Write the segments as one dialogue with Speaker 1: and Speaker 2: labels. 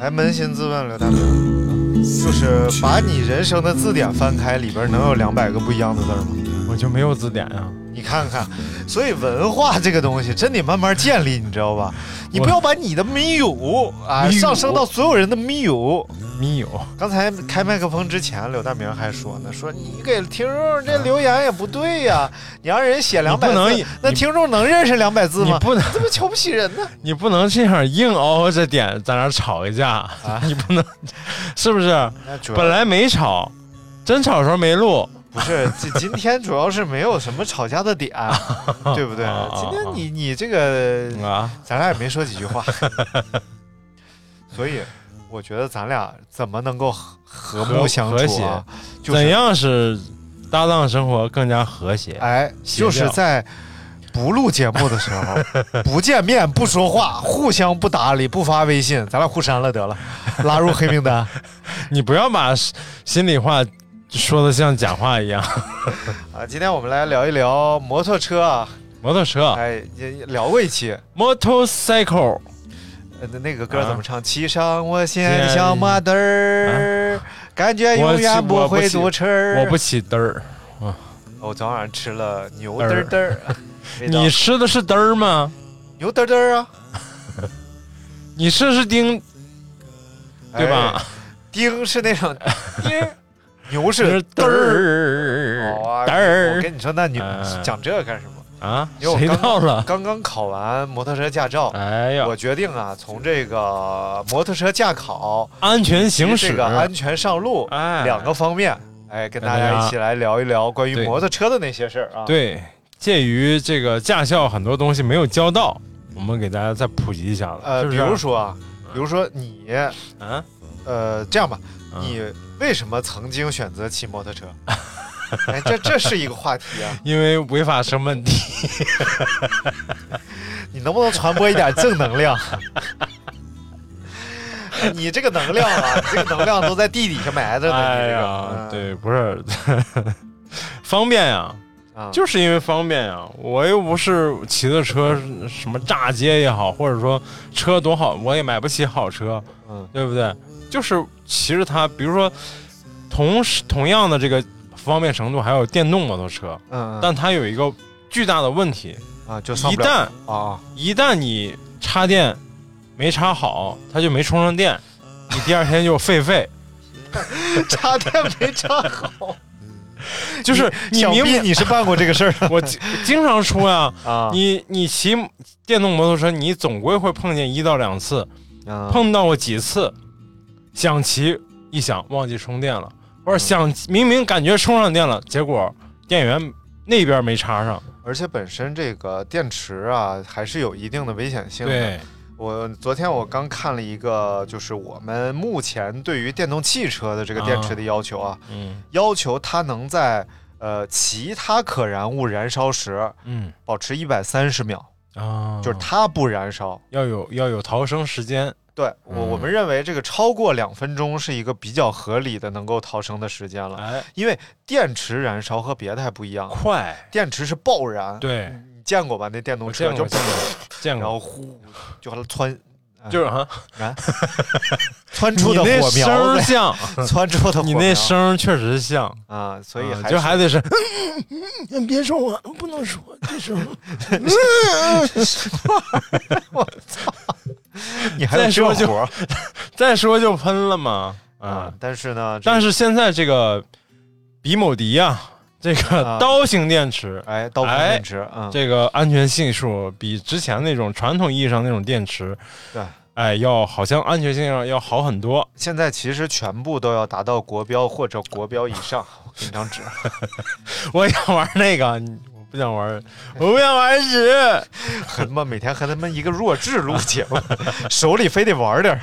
Speaker 1: 来，扪心自问了，大哥，就是把你人生的字典翻开，里边能有两百个不一样的字儿吗？
Speaker 2: 我就没有字典啊。
Speaker 1: 你看看，所以文化这个东西真得慢慢建立，你知道吧？你不要把你的密友啊
Speaker 2: 密友
Speaker 1: 上升到所有人的密友。
Speaker 2: 没有，
Speaker 1: 刚才开麦克风之前，柳大明还说呢，说你给听众这留言也不对呀、你让人写两百
Speaker 2: 嗯你不能
Speaker 1: 字
Speaker 2: 以，
Speaker 1: 那
Speaker 2: 你
Speaker 1: 听众能认识两百字
Speaker 2: 你
Speaker 1: 吗？
Speaker 2: 不能，
Speaker 1: 这不瞧不起人呢？
Speaker 2: 你不能这样硬凹着点在那儿吵一架，
Speaker 1: 啊
Speaker 2: 你不能，是不是？
Speaker 1: 那主要
Speaker 2: 本来没吵，真吵的时候没录，
Speaker 1: 不是，今今天主要是没有什么吵架的 点，对不对
Speaker 2: 啊啊？啊
Speaker 1: 今天你你这个，
Speaker 2: 啊，
Speaker 1: 咱俩也没说几句话， 所以我觉得咱俩怎么能够和和睦相
Speaker 2: 和
Speaker 1: 处
Speaker 2: 谐
Speaker 1: 啊？就是
Speaker 2: 怎样使搭档生活更加和谐？
Speaker 1: 哎，
Speaker 2: 协调
Speaker 1: 就是在不录节目的时候，不见面、不说话、互相不搭理、不发微信，咱俩互删了得了，拉入黑名 单。
Speaker 2: 你不要把心里话说的像假 话一样。
Speaker 1: 啊，今天我们来聊一聊摩托车啊，
Speaker 2: 摩托车
Speaker 1: 哎，也也聊过一期，
Speaker 2: ，motorcycle，
Speaker 1: 呃，那那个歌
Speaker 2: 啊
Speaker 1: 怎么唱？骑上我心爱的小马墩儿，感觉
Speaker 2: 我
Speaker 1: 永
Speaker 2: 骑
Speaker 1: 远
Speaker 2: 啊我
Speaker 1: 不
Speaker 2: 不
Speaker 1: 会
Speaker 2: 骑
Speaker 1: 堵车儿。
Speaker 2: 我不起嘚儿。
Speaker 1: 我昨晚上吃了牛
Speaker 2: 嘚
Speaker 1: 嘚
Speaker 2: 儿
Speaker 1: 儿嘚儿， 味道
Speaker 2: 你吃的是嘚儿吗？
Speaker 1: 牛嘚儿嘚儿啊，
Speaker 2: 你吃的是丁，对吧？
Speaker 1: 哎？丁是那 种丁儿，牛
Speaker 2: 是
Speaker 1: 是
Speaker 2: 嘚儿
Speaker 1: 好啊
Speaker 2: 嘚
Speaker 1: 我
Speaker 2: 儿
Speaker 1: 跟你说，那你
Speaker 2: 嗯
Speaker 1: 讲这干什么？
Speaker 2: 啊，
Speaker 1: 因为我
Speaker 2: 谁
Speaker 1: 刚
Speaker 2: 到了？
Speaker 1: 刚刚考完摩托车驾照，
Speaker 2: 哎呀
Speaker 1: 我，决定啊，从这个摩托车驾考、
Speaker 2: 安全行驶
Speaker 1: 这个安全上路
Speaker 2: 哎
Speaker 1: 两个方面，哎，跟大
Speaker 2: 跟大
Speaker 1: 家
Speaker 2: 家
Speaker 1: 一起来聊一聊关于
Speaker 2: 对
Speaker 1: 摩托车的那些事儿啊。，
Speaker 2: 对，介于这个驾校很多东西没有教到，我们给大家再普及一下子，
Speaker 1: 呃，
Speaker 2: 是不
Speaker 1: 比
Speaker 2: 是？嗯
Speaker 1: 如说啊，比如说你，
Speaker 2: 啊，
Speaker 1: 呃，这样吧，
Speaker 2: 嗯
Speaker 1: 你为什么曾经选择骑摩托 车？哎，这这是一个话题啊！
Speaker 2: 因为违法成本低，
Speaker 1: 你能不能传播一点正能 量？哎你这个能量 啊，你这个能量都在地底下埋着呢。
Speaker 2: 哎
Speaker 1: 你这
Speaker 2: 呀
Speaker 1: 个，，
Speaker 2: 对，不是 方便啊呀、
Speaker 1: 嗯，就
Speaker 2: 就是因为方便呀、我又不是骑的车什么炸街也好，或者说车多好，我也买不起好车，
Speaker 1: 嗯，
Speaker 2: 对不对？就是骑着它，比如说同时同样的这个方便程度，还有电动摩托车，
Speaker 1: 嗯，
Speaker 2: 但它有一个巨大的问题，
Speaker 1: 啊，就上
Speaker 2: 一
Speaker 1: 不了
Speaker 2: 旦
Speaker 1: 啊，
Speaker 2: 一旦你插电没插好，它就没充上电，你第二天就废废。
Speaker 1: 插电没插好。
Speaker 2: 就是你
Speaker 1: 小
Speaker 2: 明
Speaker 1: 毕，
Speaker 2: 明
Speaker 1: 你是办过这个事儿 的
Speaker 2: 我经经常说呀，
Speaker 1: 啊？
Speaker 2: 你你骑电动摩托车，你总归会碰见一到两次，
Speaker 1: 啊
Speaker 2: 碰到过几次，想骑一想忘记充电了，或者想
Speaker 1: 嗯
Speaker 2: 明明感觉充上电了，结果电源那边没插上。
Speaker 1: 而且本身这个电池啊，还是有一定的危险性的。，
Speaker 2: 对，
Speaker 1: 我昨天我刚看了一个，就是我们目前对于电动汽车的这个电池的要求啊，
Speaker 2: 嗯
Speaker 1: 要求它能在呃其他可燃物燃烧时
Speaker 2: 嗯
Speaker 1: 保持一百三十秒，
Speaker 2: 啊，
Speaker 1: 就是它不燃烧。
Speaker 2: 要有要有逃生时间。
Speaker 1: 对我，
Speaker 2: 嗯
Speaker 1: 我们认为这个超过两分钟是一个比较合理的能够逃生的时间了，
Speaker 2: 哎，
Speaker 1: 因为电池燃烧和别的还不一样，
Speaker 2: 快，
Speaker 1: 电池是爆燃，
Speaker 2: 对，
Speaker 1: 你见过吧？那电动
Speaker 2: 我
Speaker 1: 车
Speaker 2: 见
Speaker 1: 就
Speaker 2: 过见过见
Speaker 1: 嗯然后
Speaker 2: 过，
Speaker 1: 呼就给它窜，
Speaker 2: 就是啊，
Speaker 1: 啊，窜出的
Speaker 2: 你那
Speaker 1: 火
Speaker 2: 声
Speaker 1: 苗
Speaker 2: 儿
Speaker 1: 子，
Speaker 2: 像，
Speaker 1: 窜 出的火苗，
Speaker 2: 你那声儿确实像，
Speaker 1: 啊，所以
Speaker 2: 啊
Speaker 1: 还
Speaker 2: 就还
Speaker 1: 是
Speaker 2: 得是
Speaker 3: 别说我不能说，这 时候
Speaker 1: 你还有
Speaker 2: 再
Speaker 1: 这
Speaker 2: 说就
Speaker 1: 活儿
Speaker 2: 再说就喷了嘛，啊
Speaker 1: 啊，，但是呢，这
Speaker 2: 但是现在这个比某迪呀、这个
Speaker 1: 啊
Speaker 2: 刀型电池，
Speaker 1: 哎，刀锋
Speaker 2: 哎
Speaker 1: 电池啊，
Speaker 2: 这个安全系数比之前那种传统意义上那种电池，
Speaker 1: 对，
Speaker 2: 哎，要好像安全性上要好很多。
Speaker 1: 现在其实全部都要达到国标或者国标以上。我给你张纸，
Speaker 2: 我想玩那个，你我不想玩，我不想玩纸。
Speaker 1: 和他妈每天和他们一个弱智录节目， 手里非得玩点儿。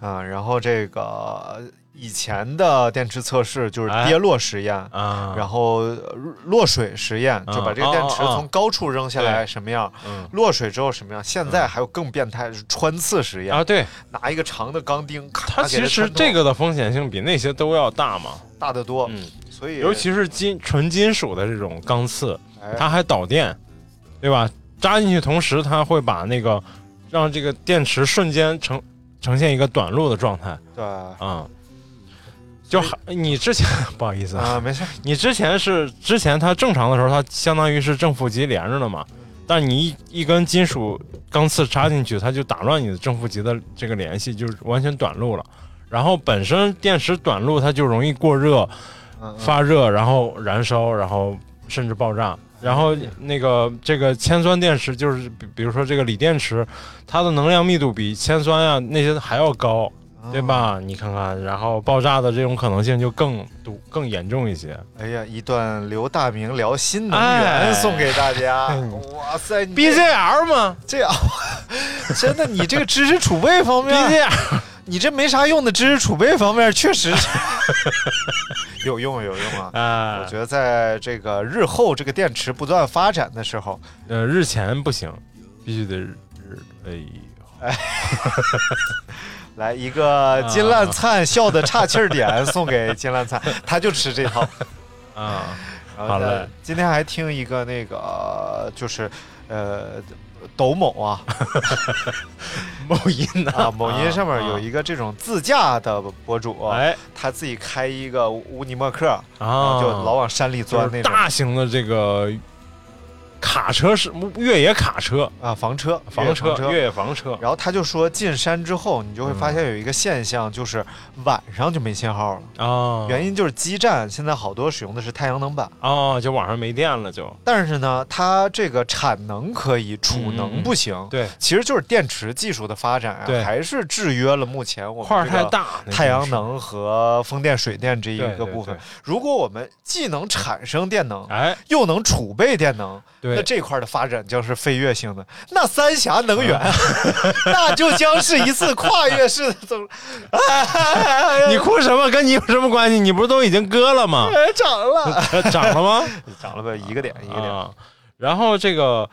Speaker 1: 啊，然后这个以前的电池测试就是
Speaker 2: 哎
Speaker 1: 跌落实验，
Speaker 2: 啊，
Speaker 1: 然后呃落水实验，就把这个电池
Speaker 2: 啊啊啊
Speaker 1: 从高处扔下来
Speaker 2: 对
Speaker 1: 什么样，
Speaker 2: 嗯
Speaker 1: 落水之后什么样。现在还有更变态，是穿刺实验，
Speaker 2: 啊，对，
Speaker 1: 拿一个长的钢钉，咔
Speaker 2: 它
Speaker 1: 给
Speaker 2: 其实
Speaker 1: 穿哦透
Speaker 2: 这个的风险性比那些都要大嘛，
Speaker 1: 大得多，
Speaker 2: 嗯
Speaker 1: 所以
Speaker 2: 尤其是金纯金属的这种钢刺，
Speaker 1: 哎
Speaker 2: 它还导电，对吧？扎进去同时，它会把那个让这个电池瞬间呈呈现一个短路的状态
Speaker 1: 对
Speaker 2: 啊、就还你之前 不好意思啊，
Speaker 1: 啊，没事，
Speaker 2: 你之前是之前它正常的时候，它相当于是正负极连着的
Speaker 1: 嗯
Speaker 2: 嘛，但是你一一根金属钢刺插进去，它就打乱你的正负极的这个联系，就是完全短路了。然后本身电池短路，它就容易过热，
Speaker 1: 嗯嗯
Speaker 2: 发热，然后燃烧，然后甚至爆炸。然后
Speaker 1: 嗯
Speaker 2: 那个这个铅酸电池，就是比比如说这个锂电池，它的能量密度比铅酸呀、那些还要高，对？
Speaker 1: 啊
Speaker 2: 吧？你看看，然后爆炸的这种可能性就更多、更严重一些。
Speaker 1: 哎呀，一段刘大明聊新能
Speaker 2: 哎
Speaker 1: 源送给大家，
Speaker 2: 嗯
Speaker 1: 哇塞，你
Speaker 2: BZL 嘛
Speaker 1: 这样， 真的，你这个知识储备方面
Speaker 2: ，BZL
Speaker 1: 你这没啥用的知识储备方面确实是 有用有用啊！
Speaker 2: 啊
Speaker 1: 我，觉得在这个日后这个电池不断发展的时候，
Speaker 2: 呃，日前不行，必须得日，日哎呦，
Speaker 1: 来一个
Speaker 2: 嗯
Speaker 1: 金烂灿笑的岔气儿点送给金烂灿，他就吃这套。
Speaker 2: 啊，
Speaker 1: 然
Speaker 2: 好
Speaker 1: 后呢
Speaker 2: 嘞，
Speaker 1: 今天还听一个那个就是呃抖某啊
Speaker 2: 某音呢？
Speaker 1: 啊某音上面有
Speaker 2: 啊
Speaker 1: 一个这种自驾的博主，
Speaker 2: 哎
Speaker 1: 他自己开一个乌尼默克，然
Speaker 2: 啊，
Speaker 1: 后就老往山里钻
Speaker 2: 就
Speaker 1: 那
Speaker 2: 是
Speaker 1: 种
Speaker 2: 大型的这个卡车是越野卡车、
Speaker 1: 啊房车
Speaker 2: 房
Speaker 1: 车
Speaker 2: 车、越野嗯房车。
Speaker 1: 然后他就说，进山之后，你就会发现有一个现象，就是晚上就没信号了。
Speaker 2: 啊，
Speaker 1: 原因就是基站现在好多使用的是太阳能板，
Speaker 2: 哦，就网上没电了就，
Speaker 1: 但是呢，它这个产能可以，储能不行。
Speaker 2: 对，
Speaker 1: 其实就是电池技术的发展啊，
Speaker 2: 对
Speaker 1: 还是制约了目前我们
Speaker 2: 块儿
Speaker 1: 这
Speaker 2: 太
Speaker 1: 个
Speaker 2: 大，那
Speaker 1: 太
Speaker 2: 个
Speaker 1: 阳
Speaker 2: 是
Speaker 1: 能和风电、水电这一
Speaker 2: 对
Speaker 1: 个
Speaker 2: 对
Speaker 1: 部分
Speaker 2: 对。
Speaker 1: 如果我们既能产生电能，
Speaker 2: 哎，
Speaker 1: 又能储备电能，那
Speaker 2: 对，
Speaker 1: 这块儿的发展将是飞跃性的。那三峡能源，那就将是一次跨越式的走。哎，
Speaker 2: 你哭什么？跟你有什么关系？你不是都已经割了 吗？
Speaker 1: 哎涨了，
Speaker 2: 涨了吗？
Speaker 1: 涨了吧？一个点，一个点。
Speaker 2: 啊。然后这个，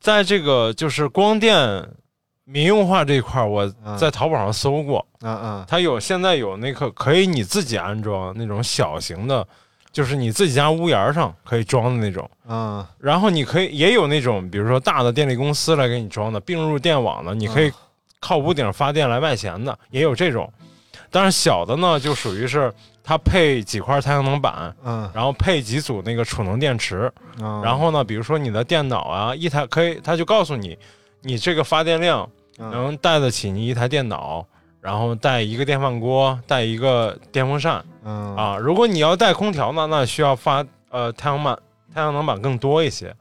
Speaker 2: 在这个就是光电民用化这一块儿，我
Speaker 1: 嗯
Speaker 2: 在淘宝上搜过，
Speaker 1: 嗯
Speaker 2: 它有现在有那个可以你自己安装那种小型的，就是你自己家屋檐儿上可以装的那种。
Speaker 1: 嗯嗯，
Speaker 2: 然后你可以也有那种，比如说大的电力公司来给你装的，并入电网的，你可
Speaker 1: 嗯
Speaker 2: 以靠屋顶发电来卖钱的，也有这种。但是小的呢，就属于是它配几块太阳能板，
Speaker 1: 嗯
Speaker 2: 然后配几组那个储能电池，
Speaker 1: 嗯，
Speaker 2: 然后呢，比如说你的电脑啊，一台可以，它就告诉你，你这个发电量
Speaker 1: 嗯
Speaker 2: 能带得起你一台电脑，然后带一个电饭锅，带一个电风扇
Speaker 1: 嗯
Speaker 2: 啊。如果你要带空调呢，那需要发呃太阳板太阳能板更多一些。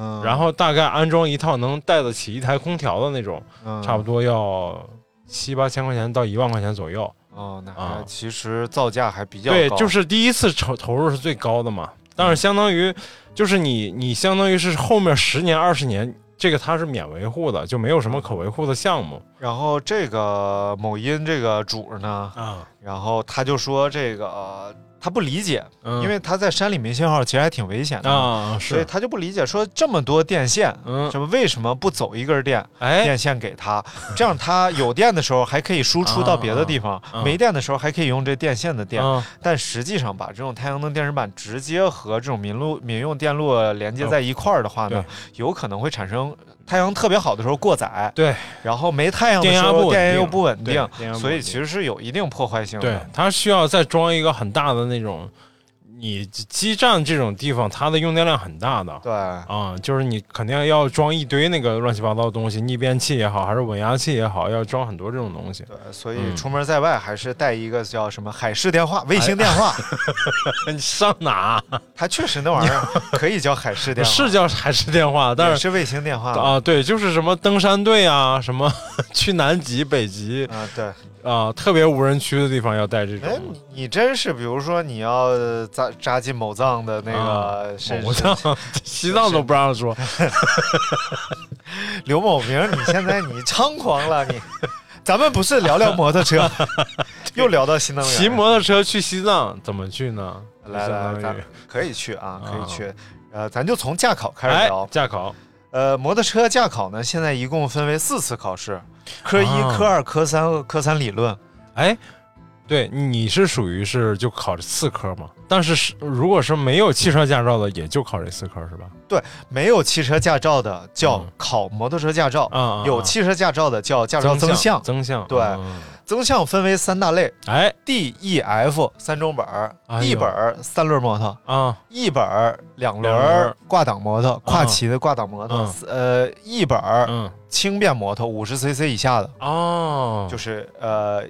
Speaker 1: 嗯，
Speaker 2: 然后大概安装一套能带得起一台空调的那种，
Speaker 1: 嗯
Speaker 2: 差不。多要七八千块钱到一万块钱左右。
Speaker 1: 哦，那
Speaker 2: 啊
Speaker 1: 还其实造价还比较
Speaker 2: 对，
Speaker 1: 高嗯
Speaker 2: 就是第一次投投入是最高的嘛，但是相当于就是你你相当于是后面十年二十年。这个它是免维护的，就没有什么可维护的项目
Speaker 1: 然后这个某音这个主儿呢，
Speaker 2: 啊。
Speaker 1: 然后他就说这个呃他不理解，
Speaker 2: 嗯
Speaker 1: 因为他在山里没信号，其实还挺危险的。
Speaker 2: 啊，
Speaker 1: 所以
Speaker 2: 是，
Speaker 1: 他就不理解，说这么多电线，
Speaker 2: 嗯
Speaker 1: 什么为什么不走一根电，
Speaker 2: 哎，
Speaker 1: 电线给他，这样他有电的时候还可以输出到别的地方，
Speaker 2: 啊啊
Speaker 1: 没电的时候还可以用这电线的电。
Speaker 2: 啊
Speaker 1: 但实际上，把这种太阳能电池板直接和这种民路民用电路连接在一块儿的话呢，
Speaker 2: 对
Speaker 1: 有可能会产生太阳特别好的时候过载，
Speaker 2: 对，
Speaker 1: 然后没太阳的
Speaker 2: 电
Speaker 1: 时
Speaker 2: 压不
Speaker 1: 候
Speaker 2: 稳
Speaker 1: 电又
Speaker 2: 定
Speaker 1: 不稳
Speaker 2: 对
Speaker 1: 定，
Speaker 2: 电压不
Speaker 1: 所以
Speaker 2: 稳定
Speaker 1: 其实是有一定破坏性
Speaker 2: 对
Speaker 1: 的。，
Speaker 2: 它需要再装一个很大的那种，你基站这种地方，它的用电量很大的。
Speaker 1: 对，
Speaker 2: 啊、就是你肯定要装一堆那个乱七八糟的东西，逆变器也好，还是稳压器也好，要装很多这种东西。
Speaker 1: 对，所以
Speaker 2: 嗯
Speaker 1: 出门在外还是带一个叫什么海事电 话、卫星电话，
Speaker 2: 你上哪？啊
Speaker 1: 它确实那玩意儿可以叫海事电话，
Speaker 2: 是叫还是电话？但
Speaker 1: 也
Speaker 2: 是
Speaker 1: 是卫星电话
Speaker 2: 啊、对，就是什么登山队啊，什么 去南极、北极
Speaker 1: 啊，对，
Speaker 2: 啊、特别无人区的地方要带这
Speaker 1: 哎，
Speaker 2: 种。
Speaker 1: 你你真是，比如说你要呃扎扎进某藏的那个身，
Speaker 2: 我啊藏、 西藏都不让说，
Speaker 1: 是刘某明，你现在你猖狂了，你， 咱们不是聊聊摩托车， 又聊到新能源，
Speaker 2: 骑摩托车去西藏怎么去呢？
Speaker 1: 来
Speaker 2: 相
Speaker 1: 来
Speaker 2: 当
Speaker 1: 来，
Speaker 2: 于
Speaker 1: 咱可以去啊，可以
Speaker 2: 啊
Speaker 1: 去，呃，咱就从驾考开始
Speaker 2: 哎
Speaker 1: 聊，，
Speaker 2: 驾考
Speaker 1: 呃，摩托车驾考呢，现在一共分为四次考试，科
Speaker 2: 啊
Speaker 1: 一、科二、科三、科三理论，
Speaker 2: 哎，对，你是属于是就考这四科嘛？但是是如果是没有汽车驾照的，也就考这四科是吧？
Speaker 1: 没有汽车驾照的叫
Speaker 2: 嗯
Speaker 1: 考摩托车驾照，
Speaker 2: 啊啊，啊
Speaker 1: 有汽车驾照的叫驾照增项，
Speaker 2: 增项
Speaker 1: 对
Speaker 2: 嗯
Speaker 1: 增项分为三大类。
Speaker 2: 哎
Speaker 1: D、E、F 三种本儿、
Speaker 2: 哎呦
Speaker 1: d 本儿三轮摩托
Speaker 2: 啊，
Speaker 1: ，E 本儿两轮
Speaker 2: 两轮
Speaker 1: 儿
Speaker 2: 儿啊
Speaker 1: 挂档摩托，跨骑的挂档摩托
Speaker 2: 嗯，
Speaker 1: 呃，E 本儿
Speaker 2: 嗯，
Speaker 1: 轻便摩托五十 CC 以下的，
Speaker 2: 哦，
Speaker 1: 就是是呃。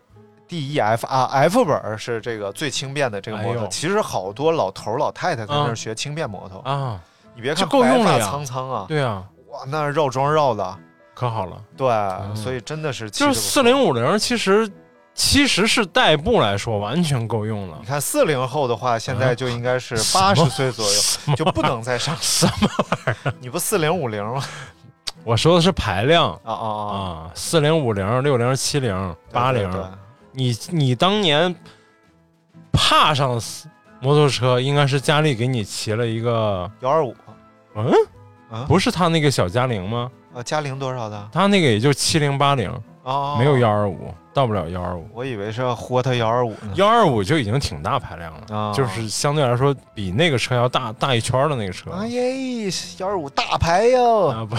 Speaker 1: D E F 啊，F 本儿是这个最轻便的这个摩
Speaker 2: 哎
Speaker 1: 托。
Speaker 2: 呦
Speaker 1: 其实好多老头儿老太太在那儿
Speaker 2: 嗯
Speaker 1: 学轻便摩托，
Speaker 2: 啊，
Speaker 1: 你别看
Speaker 2: 这够用
Speaker 1: 白发
Speaker 2: 了呀
Speaker 1: 苍苍啊，
Speaker 2: 对啊，
Speaker 1: 哇，那绕桩绕的，
Speaker 2: 可好了，
Speaker 1: 对，所以真的是骑
Speaker 2: 嗯就是
Speaker 1: 着不
Speaker 2: 四零五零，其实其实是代步来说完全够用了
Speaker 1: 你。看四零后的话，现在就应该是
Speaker 2: 嗯什
Speaker 1: 八
Speaker 2: 么
Speaker 1: 十岁左右，就不能再上。
Speaker 2: 什么？
Speaker 1: 你不四零五零吗？
Speaker 2: 我说的是排量
Speaker 1: 啊啊啊！
Speaker 2: 啊，四零五零、六零、七零、八
Speaker 1: 对
Speaker 2: 零
Speaker 1: 对，对
Speaker 2: 你你当年踏上摩托车，应该是家里给你骑了一个，
Speaker 1: 幺二五
Speaker 2: 嗯
Speaker 1: 啊，
Speaker 2: 不是他那个小嘉陵吗？
Speaker 1: 呃，嘉陵多少的？
Speaker 2: 他那个也就七零八零，
Speaker 1: 哦，
Speaker 2: 没有幺，二五，到不了幺二五。
Speaker 1: 我以为是要豁他幺二五呢。
Speaker 2: 幺二五就已经挺大排量了，
Speaker 1: 啊
Speaker 2: 就是相对来说比那个车要大大一圈的那个车。
Speaker 1: 哎耶，幺二五大牌哟！
Speaker 2: 啊不，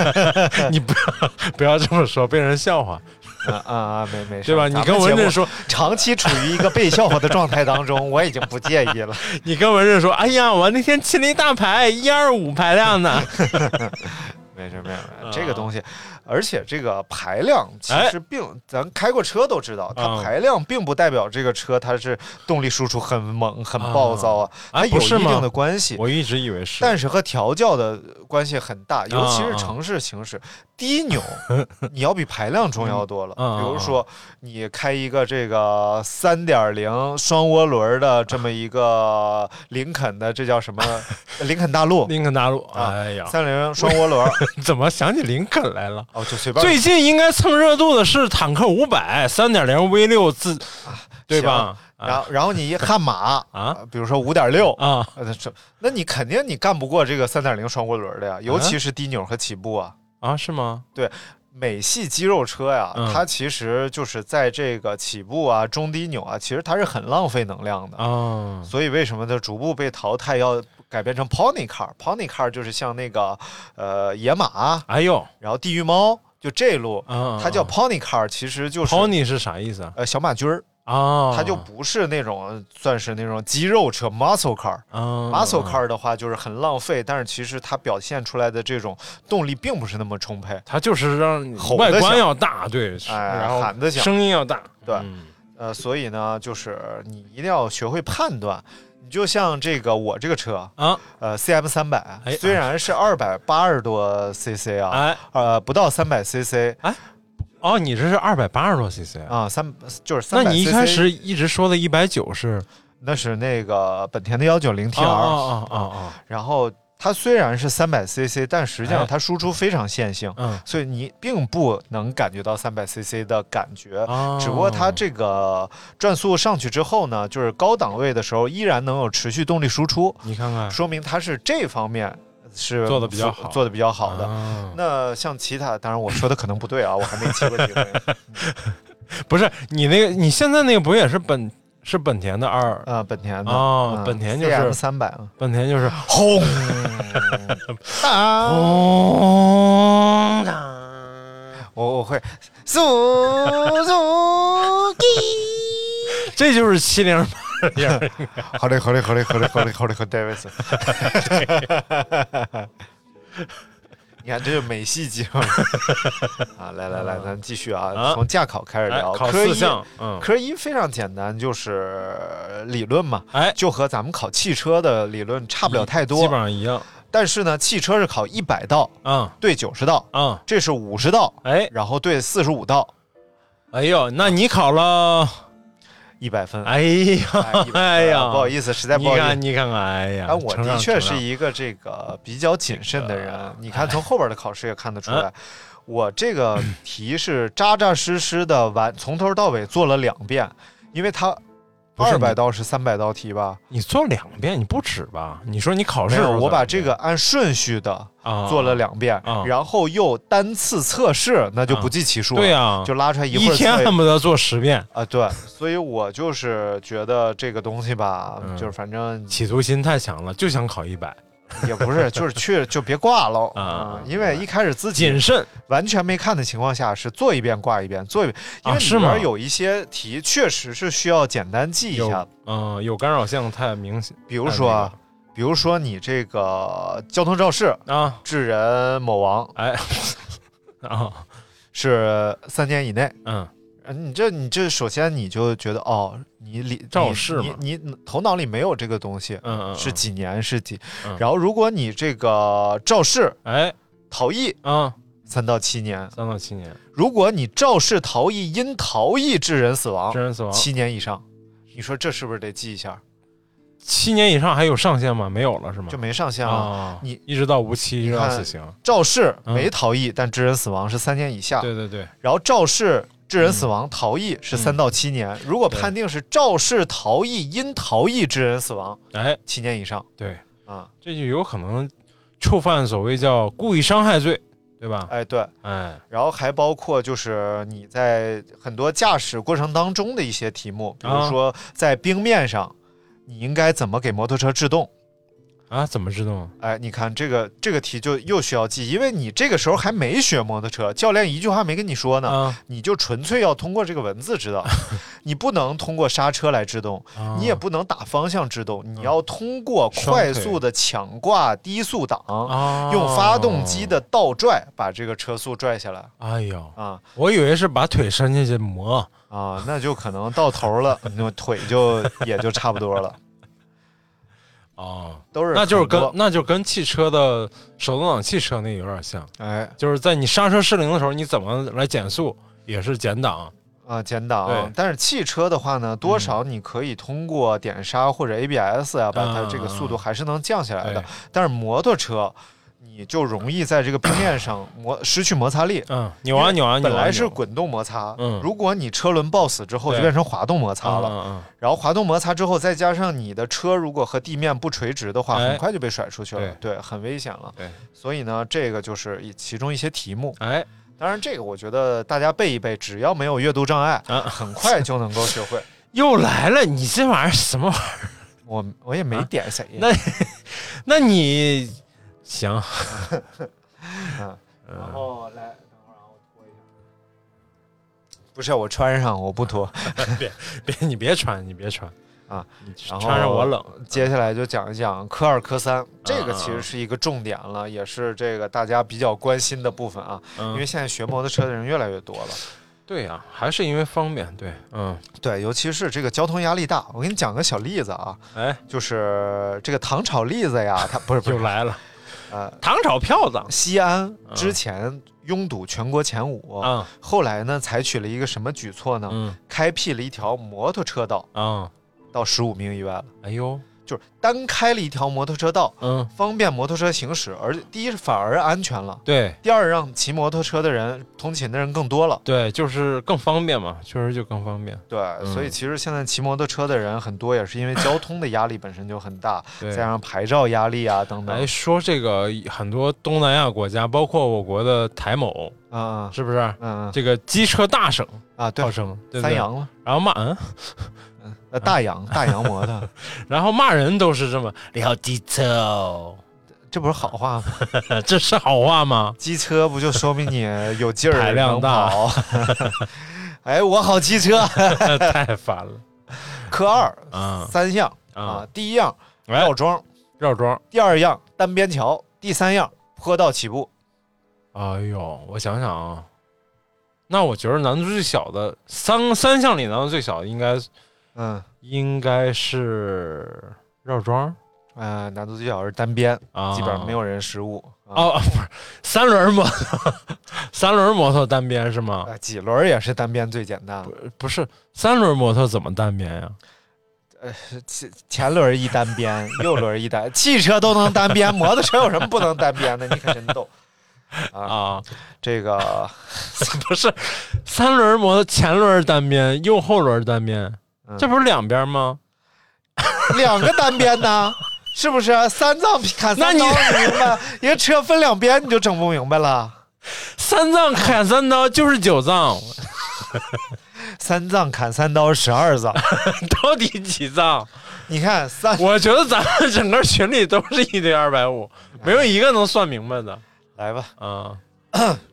Speaker 2: 你不要 不要这么说，被人笑话，
Speaker 1: 啊啊啊，没没事，
Speaker 2: 对吧？你跟文振
Speaker 1: 振
Speaker 2: 说，
Speaker 1: 长期处于一个被笑话的状态当中，我已经不介意了。
Speaker 2: 你跟文振说，哎呀，我那天骑了一大排一二五排 量的，
Speaker 1: 没事没事，没事这个东西，而且这个排量其
Speaker 2: 哎
Speaker 1: 实并，咱开过车都知道，它
Speaker 2: 啊
Speaker 1: 排量并不代表这个车它是动力输出很猛、很
Speaker 2: 啊
Speaker 1: 暴躁啊，它
Speaker 2: 哎
Speaker 1: 有
Speaker 2: 不
Speaker 1: 一
Speaker 2: 是吗
Speaker 1: 定的关系。
Speaker 2: 我一直以为是，
Speaker 1: 但是和调教的关系很大，尤其是
Speaker 2: 啊
Speaker 1: 城市行驶，低 扭你要比排量重要多了。
Speaker 2: 嗯
Speaker 1: 比
Speaker 2: 啊
Speaker 1: 如
Speaker 2: 啊
Speaker 1: 说，你开一个这个三点零双涡轮的这么一个林肯的，这叫什 么？林肯大陆，
Speaker 2: 林肯大陆，
Speaker 1: 啊
Speaker 2: 哎呀，
Speaker 1: 三零双涡轮，
Speaker 2: 怎么想起林肯来了？
Speaker 1: 哦，就随便
Speaker 2: 最 近应该蹭热度的是坦克五百三点零 V 六自，对吧？
Speaker 1: 啊然后然后你一悍马
Speaker 2: 啊，
Speaker 1: 比如说五点六。
Speaker 2: 啊，
Speaker 1: 呃，这那你肯定你干不过这个三点零双涡轮的呀，尤其是低扭和起步啊。
Speaker 2: 啊，是吗？
Speaker 1: 美系肌肉车呀，
Speaker 2: 嗯
Speaker 1: 它其实就是在这个起步啊、中低扭啊，其实它是很浪费能量的。
Speaker 2: 啊，
Speaker 1: 所以为什么它逐步被淘汰，要改变成 pony car？pony car 就是像那个呃野马，
Speaker 2: 哎呦，
Speaker 1: 然后地狱猫，就这路，
Speaker 2: 啊，
Speaker 1: 它叫 pony car，其实就是
Speaker 2: pony 是啥意思啊？
Speaker 1: 呃小马驹儿。
Speaker 2: 啊，
Speaker 1: 它就不是那种算是那种肌肉车 muscle car。
Speaker 2: 啊
Speaker 1: muscle car 的话就是很浪费，但是其实它表现出来的这种动力并不是那么充沛。
Speaker 2: 它就是让你
Speaker 1: 吼得
Speaker 2: 外
Speaker 1: 响
Speaker 2: 观要大，对，
Speaker 1: 哎
Speaker 2: 然后
Speaker 1: 喊得响
Speaker 2: 声音要大，
Speaker 1: 对
Speaker 2: 嗯
Speaker 1: 呃，所以呢，就是你一定要学会判断。你就像这个我这个车，
Speaker 2: 啊，
Speaker 1: 呃，CM 三百
Speaker 2: 哎，
Speaker 1: 虽然是二百八十多 CC 啊，
Speaker 2: 哎，
Speaker 1: 呃，不到三百 CC
Speaker 2: 哦，你这是二百八十多 cc 啊？
Speaker 1: 啊，三就是三
Speaker 2: 那
Speaker 1: 百。
Speaker 2: 你一开始一直说的一百九是
Speaker 1: 那是那个本田的幺九零 T
Speaker 2: 啊
Speaker 1: R，
Speaker 2: 啊啊啊
Speaker 1: 然后它虽然是三百 CC，但实际上
Speaker 2: 哎
Speaker 1: 它输出非常线性，
Speaker 2: 嗯，
Speaker 1: 所以你并不能感觉到三百 CC 的感觉。
Speaker 2: 哦
Speaker 1: 只不过它这个转速上去之后呢，就是高档位的时候依然能有持续动力输出，
Speaker 2: 你看看
Speaker 1: 说明它是这方面是
Speaker 2: 做得比较好
Speaker 1: 做的比较好的。
Speaker 2: 啊
Speaker 1: 那像其他，当然我说的可能不对啊，我还没骑过这个
Speaker 2: 不是你那个，你现在那个不也是本是本田的二？
Speaker 1: 啊，本田的
Speaker 2: 哦本田就是
Speaker 1: 三百啊，
Speaker 2: 本田就是轰
Speaker 1: 啊，
Speaker 2: 轰的，
Speaker 1: 我我会速速
Speaker 2: 这就是七零
Speaker 1: 好嘞，好嘞，好嘞，好嘞，好嘞，好嘞，好戴维斯。你看，这就美系机嘛。啊，来来来，咱们继续啊，
Speaker 2: 啊
Speaker 1: 从驾考开始
Speaker 2: 哎
Speaker 1: 聊。
Speaker 2: 考
Speaker 1: 科
Speaker 2: 四
Speaker 1: 一
Speaker 2: 项，嗯，
Speaker 1: 科一非常简单，就是理论嘛，
Speaker 2: 哎，
Speaker 1: 就和咱们考汽车的理论差不了太
Speaker 2: 嗯基本
Speaker 1: 多。
Speaker 2: 上一样，
Speaker 1: 但是呢，汽车是考一百道
Speaker 2: 嗯
Speaker 1: 对九十道，
Speaker 2: 嗯，
Speaker 1: 这是五十道，
Speaker 2: 哎
Speaker 1: 然后对四十五道，
Speaker 2: 哎呦，那你考了，
Speaker 1: 一百 分。
Speaker 2: 哎呀
Speaker 1: 100分
Speaker 2: 哎呀，
Speaker 1: 不好意思，实在不
Speaker 2: 你
Speaker 1: 好意思
Speaker 2: 看。你看看，哎呀，
Speaker 1: 但我
Speaker 2: 承
Speaker 1: 的
Speaker 2: 让
Speaker 1: 确
Speaker 2: 承
Speaker 1: 是
Speaker 2: 让哎
Speaker 1: 一个这个比较谨慎的人，你看从后边的考试也看得出
Speaker 2: 嗯
Speaker 1: 来，我这个题是扎扎实实的完，从头到尾做了两遍，因为它
Speaker 2: 不是
Speaker 1: 二
Speaker 2: 你
Speaker 1: 百道是三百道题吧？
Speaker 2: 你做两遍你不止吧？你说你考
Speaker 1: 没
Speaker 2: 试，
Speaker 1: 有，我把这个按顺序的
Speaker 2: 啊
Speaker 1: 做了两遍
Speaker 2: 啊，
Speaker 1: 然后又单次测试，那就不计其数了，
Speaker 2: 对呀，
Speaker 1: 就拉出来一
Speaker 2: 一
Speaker 1: 会儿
Speaker 2: 天
Speaker 1: 测
Speaker 2: 恨不得做十遍，
Speaker 1: 啊，对，所以我就是觉得这个东西吧，
Speaker 2: 嗯
Speaker 1: 就是反正
Speaker 2: 企图心太强了，就想考一百，
Speaker 1: 也不是， 就是去就别挂了
Speaker 2: 啊
Speaker 1: 啊，因为一开始自己
Speaker 2: 谨慎
Speaker 1: 完全没看的情况下，是做一遍挂一遍，做一遍，因
Speaker 2: 啊
Speaker 1: 为
Speaker 2: 是
Speaker 1: 里
Speaker 2: 吗
Speaker 1: 边有一些题确实是需要简单记一
Speaker 2: 有哎
Speaker 1: 下，
Speaker 2: 嗯有干扰性太明显
Speaker 1: 比如说，啊，比如说你这个交通肇事
Speaker 2: 啊，
Speaker 1: 致人某亡
Speaker 2: 哎 啊
Speaker 1: 是三年以内，
Speaker 2: 嗯
Speaker 1: 呃你这你这首先你就觉得哦，你理
Speaker 2: 肇事
Speaker 1: 你
Speaker 2: 嘛
Speaker 1: 你你头脑里没有这个东西
Speaker 2: 嗯，嗯
Speaker 1: 是几年是几，
Speaker 2: 嗯
Speaker 1: 然后如果你这个肇事
Speaker 2: 哎
Speaker 1: 逃逸
Speaker 2: 啊
Speaker 1: 三到七年，
Speaker 2: 三到七年
Speaker 1: 如果你肇事逃逸因逃逸致人死亡
Speaker 2: 致。人死亡
Speaker 1: 七年以上，你说这是不是得记一下？
Speaker 2: 七年以上还有上限吗？没有了是吗
Speaker 1: 就？没上限了。
Speaker 2: 嗯啊，
Speaker 1: 你
Speaker 2: 一直到无期，一直到死刑，
Speaker 1: 肇事
Speaker 2: 嗯
Speaker 1: 没逃逸，但致人死亡是三年以下。
Speaker 2: 对对对，
Speaker 1: 然后肇事致人死亡、逃逸是三
Speaker 2: 嗯
Speaker 1: 到七年。如果
Speaker 2: 对
Speaker 1: 判定是肇事逃逸因逃逸致人死亡，
Speaker 2: 哎
Speaker 1: 七年以上
Speaker 2: 对，
Speaker 1: 啊、
Speaker 2: 这就有可能触犯所谓叫故意伤害罪，对吧？
Speaker 1: 哎，对。
Speaker 2: 哎，
Speaker 1: 然后还包括就是你在很多驾驶过程当中的一些题目，比如
Speaker 2: 啊
Speaker 1: 说在冰面上，你应该怎么给摩托车制动？
Speaker 2: 啊，怎么制动啊？
Speaker 1: 哎，你看这个这个题就又需要记，因为你这个时候还没学摩托车，教练一句话没跟你说呢，
Speaker 2: 啊
Speaker 1: 你就纯粹要通过这个文字知道，你不能通过刹车来制动，
Speaker 2: 啊
Speaker 1: 你也不能打方向制动，你要通过
Speaker 2: 双
Speaker 1: 快
Speaker 2: 腿
Speaker 1: 速的抢挂低速档，
Speaker 2: 啊，
Speaker 1: 用发动机的倒拽把这个车速拽下来
Speaker 2: 哎呦，
Speaker 1: 啊
Speaker 2: 我以为是把腿伸进去磨，
Speaker 1: 啊，那就可能到头了，那腿就也就差不多了，
Speaker 2: 哦，
Speaker 1: 都是
Speaker 2: 那就是
Speaker 1: 很
Speaker 2: 跟
Speaker 1: 多
Speaker 2: 那就跟汽车的手动挡汽车那有点像，
Speaker 1: 哎
Speaker 2: 就是在你刹车失灵的时候，你怎么来减速，也是减档，
Speaker 1: 啊，减档
Speaker 2: 对。嗯
Speaker 1: 但是汽车的话呢，多少你可以通过点刹或者 ABS 啊，把它这个速度
Speaker 2: 嗯嗯嗯
Speaker 1: 还是能降下来的
Speaker 2: 对。
Speaker 1: 但是摩托车，你就容易在这个平面上磨失去摩擦力。
Speaker 2: 嗯，扭啊扭啊扭啊，
Speaker 1: 本来是
Speaker 2: 扭啊
Speaker 1: 滚动摩擦，
Speaker 2: 嗯
Speaker 1: 如果你车轮抱死之后，
Speaker 2: 对
Speaker 1: 就变成滑动摩擦
Speaker 2: 嗯
Speaker 1: 了。
Speaker 2: 嗯
Speaker 1: 然后滑动摩擦之后，再加上你的车如果和地面不垂直的话，
Speaker 2: 哎
Speaker 1: 很快就被甩出去了，对，很危险了。
Speaker 2: 对，
Speaker 1: 所以呢，这个就是一其中一些题目。
Speaker 2: 嗯，哎
Speaker 1: 当然，这个我觉得大家背一背，只要没有阅读障碍，
Speaker 2: 啊，
Speaker 1: 很快就能够学 会。
Speaker 2: 又来了，你这玩意儿什么玩意儿？
Speaker 1: 我我也没
Speaker 2: 啊
Speaker 1: 点谁，
Speaker 2: 那那你行，
Speaker 1: 然后来，等会儿啊，我脱一下。不是，我穿上，我不脱。
Speaker 2: 别你别穿，你别穿
Speaker 1: 啊，
Speaker 2: 你
Speaker 1: 然
Speaker 2: 穿
Speaker 1: 后
Speaker 2: 上我冷，
Speaker 1: 接下来就讲一讲科二、科
Speaker 2: 啊
Speaker 1: 三，这个其实是一个重点了，也是这个大家比较关心的部分啊，
Speaker 2: 嗯
Speaker 1: 因为现在学摩托车的人越来越多了。
Speaker 2: 对呀、还是因为方便，对，嗯，
Speaker 1: 对，尤其是这个交通压力大，我给你讲个小例子啊，
Speaker 2: 哎，
Speaker 1: 就是这个糖炒栗子呀，它不是 不
Speaker 2: 又
Speaker 1: 是
Speaker 2: 来了，
Speaker 1: 呃，
Speaker 2: 糖炒票子
Speaker 1: 西安
Speaker 2: 嗯
Speaker 1: 之前拥堵全国前五，
Speaker 2: 啊，
Speaker 1: 后来呢采取了一个什么举措呢？
Speaker 2: 嗯
Speaker 1: 开辟了一条摩托车道
Speaker 2: 啊，
Speaker 1: 到十五名以外了。
Speaker 2: 哎呦，
Speaker 1: 就是单开了一条摩托车道，
Speaker 2: 嗯，
Speaker 1: 方便摩托车行驶，而且第一是反而安全了，
Speaker 2: 对
Speaker 1: 第二让骑摩托车的人、通勤的人更多了。
Speaker 2: 对，就是更方便嘛，确实就更方便。
Speaker 1: 对，所以其实现在骑摩托车的人很多，也是因为交通的压力本身就很大，
Speaker 2: 对
Speaker 1: 再 加上牌照压力啊等等
Speaker 2: 哎，。说这个很多东南亚国家，包括我国的台某，
Speaker 1: 嗯
Speaker 2: 是不是？
Speaker 1: 嗯嗯
Speaker 2: 这个机车大省
Speaker 1: 啊，对
Speaker 2: 号，称啊对不嗯
Speaker 1: 三
Speaker 2: 对，
Speaker 1: 阳了，
Speaker 2: 然后骂嗯，
Speaker 1: 呃，大洋大洋摩 托，
Speaker 2: 然后骂人都是这么“你好机车哦呃
Speaker 1: 这不是好话吗？”，
Speaker 2: 这是好话吗？
Speaker 1: 机车不就说明你有劲儿，
Speaker 2: 排量
Speaker 1: 能
Speaker 2: 大
Speaker 1: 跑。 哎，我好机车，
Speaker 2: 太烦了
Speaker 1: 科二
Speaker 2: 啊
Speaker 1: 三样
Speaker 2: 啊哎
Speaker 1: 啊！，第一样
Speaker 2: 来
Speaker 1: 绕桩，
Speaker 2: 绕桩。
Speaker 1: 第二样单边桥，第三样坡道起步。
Speaker 2: 哎呦，我想想啊，那我觉得难度最小的三三项里难度最小的应该
Speaker 1: 嗯，
Speaker 2: 应该是绕桩
Speaker 1: 呃，难度最小是单边，
Speaker 2: 啊，
Speaker 1: 基本上没有人失误啊。
Speaker 2: 哦，不是三轮摩托， 三轮摩托单边是吗？
Speaker 1: 呃几轮儿也是单边最简单，
Speaker 2: 不是三轮摩托怎么单边呀、
Speaker 1: 前前轮儿一单边， 右轮儿一单，汽车都能单边，摩托车有什么不能单边的？你可真逗啊！
Speaker 2: 啊，
Speaker 1: 这个，
Speaker 2: 不是三轮摩托前轮单边，右后轮单边，
Speaker 1: 嗯
Speaker 2: 这不是两边吗？
Speaker 1: 两个单边呢，是不是？啊三藏砍
Speaker 2: 那
Speaker 1: 三
Speaker 2: 你
Speaker 1: 刀，你明白？一个车分两边，你就整不明白了。
Speaker 2: 三藏砍三刀就是九藏，
Speaker 1: 三藏砍三刀，十二 藏。
Speaker 2: 到底几藏？
Speaker 1: 你看三，
Speaker 2: 我觉得咱们整个群里都是一堆二百 五，没有一个能算明白的
Speaker 1: 来吧，
Speaker 2: 啊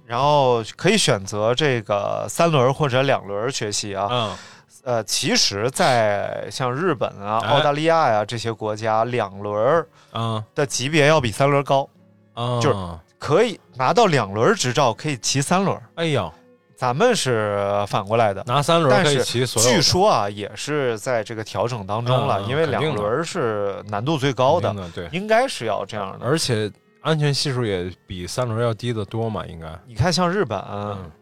Speaker 1: 然后可以选择这个三轮或者两轮学习啊。
Speaker 2: 嗯
Speaker 1: 呃，其实，在像日本啊、
Speaker 2: 哎
Speaker 1: 澳大利亚呀、这些国家，两轮
Speaker 2: 嗯
Speaker 1: 的级别要比三轮高，
Speaker 2: 嗯，
Speaker 1: 就是可以拿到两轮执照，可以骑三轮。
Speaker 2: 哎呦，
Speaker 1: 咱们是反过来的，
Speaker 2: 拿三轮
Speaker 1: 但
Speaker 2: 可以
Speaker 1: 是
Speaker 2: 骑所有的，
Speaker 1: 据说啊，也是在这个调整当中了，
Speaker 2: 嗯
Speaker 1: 因为
Speaker 2: 肯定
Speaker 1: 两
Speaker 2: 的
Speaker 1: 轮是难度最高的
Speaker 2: 肯，定的对，
Speaker 1: 应该是要这样的。
Speaker 2: 而且安全系数也比三轮要低得多嘛，应该。
Speaker 1: 你看，像日本、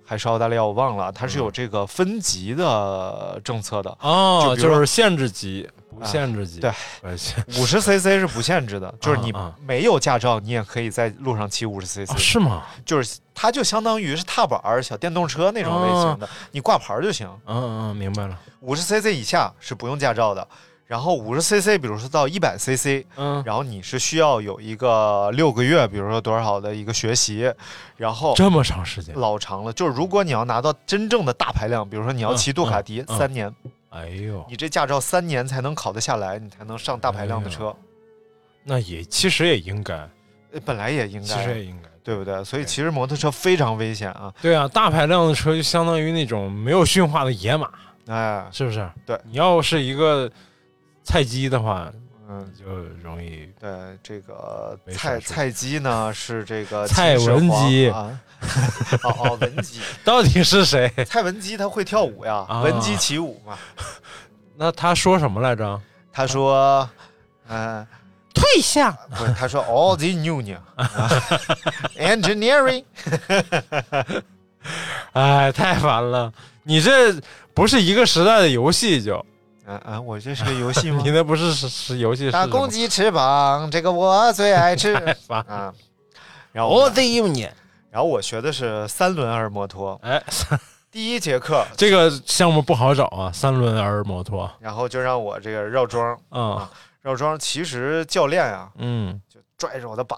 Speaker 1: 还是澳大利亚，我忘了，它是有
Speaker 2: 嗯
Speaker 1: 这个分级的政策的，
Speaker 2: 哦，
Speaker 1: 就比如说
Speaker 2: 是限制级，不
Speaker 1: 啊
Speaker 2: 限制级。哎
Speaker 1: 对
Speaker 2: 而且，
Speaker 1: 五十 CC 是不限制的，就是你
Speaker 2: 啊
Speaker 1: 没有驾照，你也可以在路上骑五十 CC，、
Speaker 2: 哦，是吗？
Speaker 1: 就是它就相当于是踏板儿小电动车那种类型
Speaker 2: 哦
Speaker 1: 的，你挂牌儿就行。
Speaker 2: 嗯嗯，嗯明白了。
Speaker 1: 五十 CC 以下是不用驾照的，然后五十 CC，比如说到一百 CC，
Speaker 2: 嗯，
Speaker 1: 然后你是需要有一个六个月，比如说多少的一个学习，然后
Speaker 2: 这么长时间，
Speaker 1: 老长了。就是如果你要拿到真正的大排量，比如说你要骑杜卡迪
Speaker 2: 嗯嗯
Speaker 1: 三年，
Speaker 2: 哎呦，
Speaker 1: 你这驾照三年才能考得下来，你才能上大排量的
Speaker 2: 哎
Speaker 1: 车。
Speaker 2: 那也其实也应该，
Speaker 1: 呃本来也应
Speaker 2: 其实
Speaker 1: 该
Speaker 2: 也，应该。
Speaker 1: 对不对？所以
Speaker 2: 对
Speaker 1: 其实摩托车非常危险啊！
Speaker 2: 对啊，大排量的车就相当于那种没有驯化的野马，
Speaker 1: 哎，
Speaker 2: 是不是？
Speaker 1: 对
Speaker 2: 你要是一个菜鸡的话，
Speaker 1: 嗯
Speaker 2: 你，就容易
Speaker 1: 对，这个
Speaker 2: 没事
Speaker 1: 菜
Speaker 2: 儿是
Speaker 1: 菜鸡呢是这个
Speaker 2: 蔡
Speaker 1: 秦始
Speaker 2: 文姬
Speaker 1: 皇啊， 哦哦，文姬，
Speaker 2: 到底是谁？
Speaker 1: 蔡文姬她会跳舞呀，
Speaker 2: 啊
Speaker 1: 文姬起舞嘛。
Speaker 2: 那他说什么来着？
Speaker 1: 她 说，嗯、
Speaker 2: 退下。
Speaker 1: 不是，她说 all the new new 啊 engineering，
Speaker 2: 哎，太烦了！你这不是一个时代的游戏就，
Speaker 1: 嗯嗯，我这是个游戏吗
Speaker 2: 你？那不是是是游戏是
Speaker 1: 大
Speaker 2: 什么
Speaker 1: 公鸡翅膀，这个我最爱 吃
Speaker 2: 烦
Speaker 1: 啊。然后我
Speaker 2: 我，的一年，
Speaker 1: 然后我学的是三轮儿摩托，
Speaker 2: 哎，
Speaker 1: 第一节课，
Speaker 2: 这个项目不好找啊，三轮儿摩托，
Speaker 1: 然后就让我这个绕桩，
Speaker 2: 嗯
Speaker 1: 绕桩。其实教练啊，
Speaker 2: 嗯，
Speaker 1: 就拽着我的把，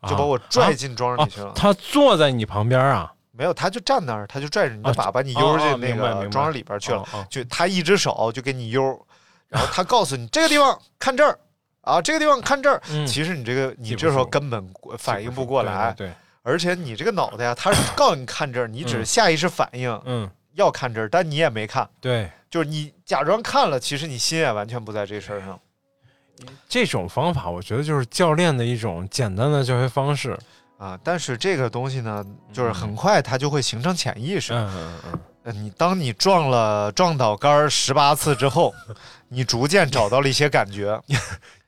Speaker 2: 啊
Speaker 1: 就把我拽进桩
Speaker 2: 啊
Speaker 1: 里去了。，
Speaker 2: 他坐在你旁边啊，
Speaker 1: 没有，他就站那儿，他就拽着你的
Speaker 2: 啊
Speaker 1: 把，把你
Speaker 2: 哦
Speaker 1: 悠
Speaker 2: 哦
Speaker 1: 进那
Speaker 2: 明白
Speaker 1: 个
Speaker 2: 明白
Speaker 1: 桩里边去了。
Speaker 2: 哦哦
Speaker 1: 就他一只手就给你悠，然后他告诉你这个地方看这儿啊，这个地方看这儿。
Speaker 2: 嗯
Speaker 1: 其实你这个你
Speaker 2: 记不
Speaker 1: 这时候
Speaker 2: 住
Speaker 1: 根本反应不过来，
Speaker 2: 对，对对
Speaker 1: 而且你这个脑袋呀、他是告诉你看这儿，你只是下意识反应
Speaker 2: 嗯，
Speaker 1: 要看这儿，但你也没看，
Speaker 2: 对，
Speaker 1: 就是你假装看了，其实你心也完全不在这事儿上。
Speaker 2: 这种方法我觉得就是教练的一种简单的教学方式，
Speaker 1: 啊，但是这个东西呢，就是很快它就会形成潜意识。
Speaker 2: 嗯嗯嗯，
Speaker 1: 呃你当你撞了撞倒杆儿十八次之 后，你逐渐找到了一些感觉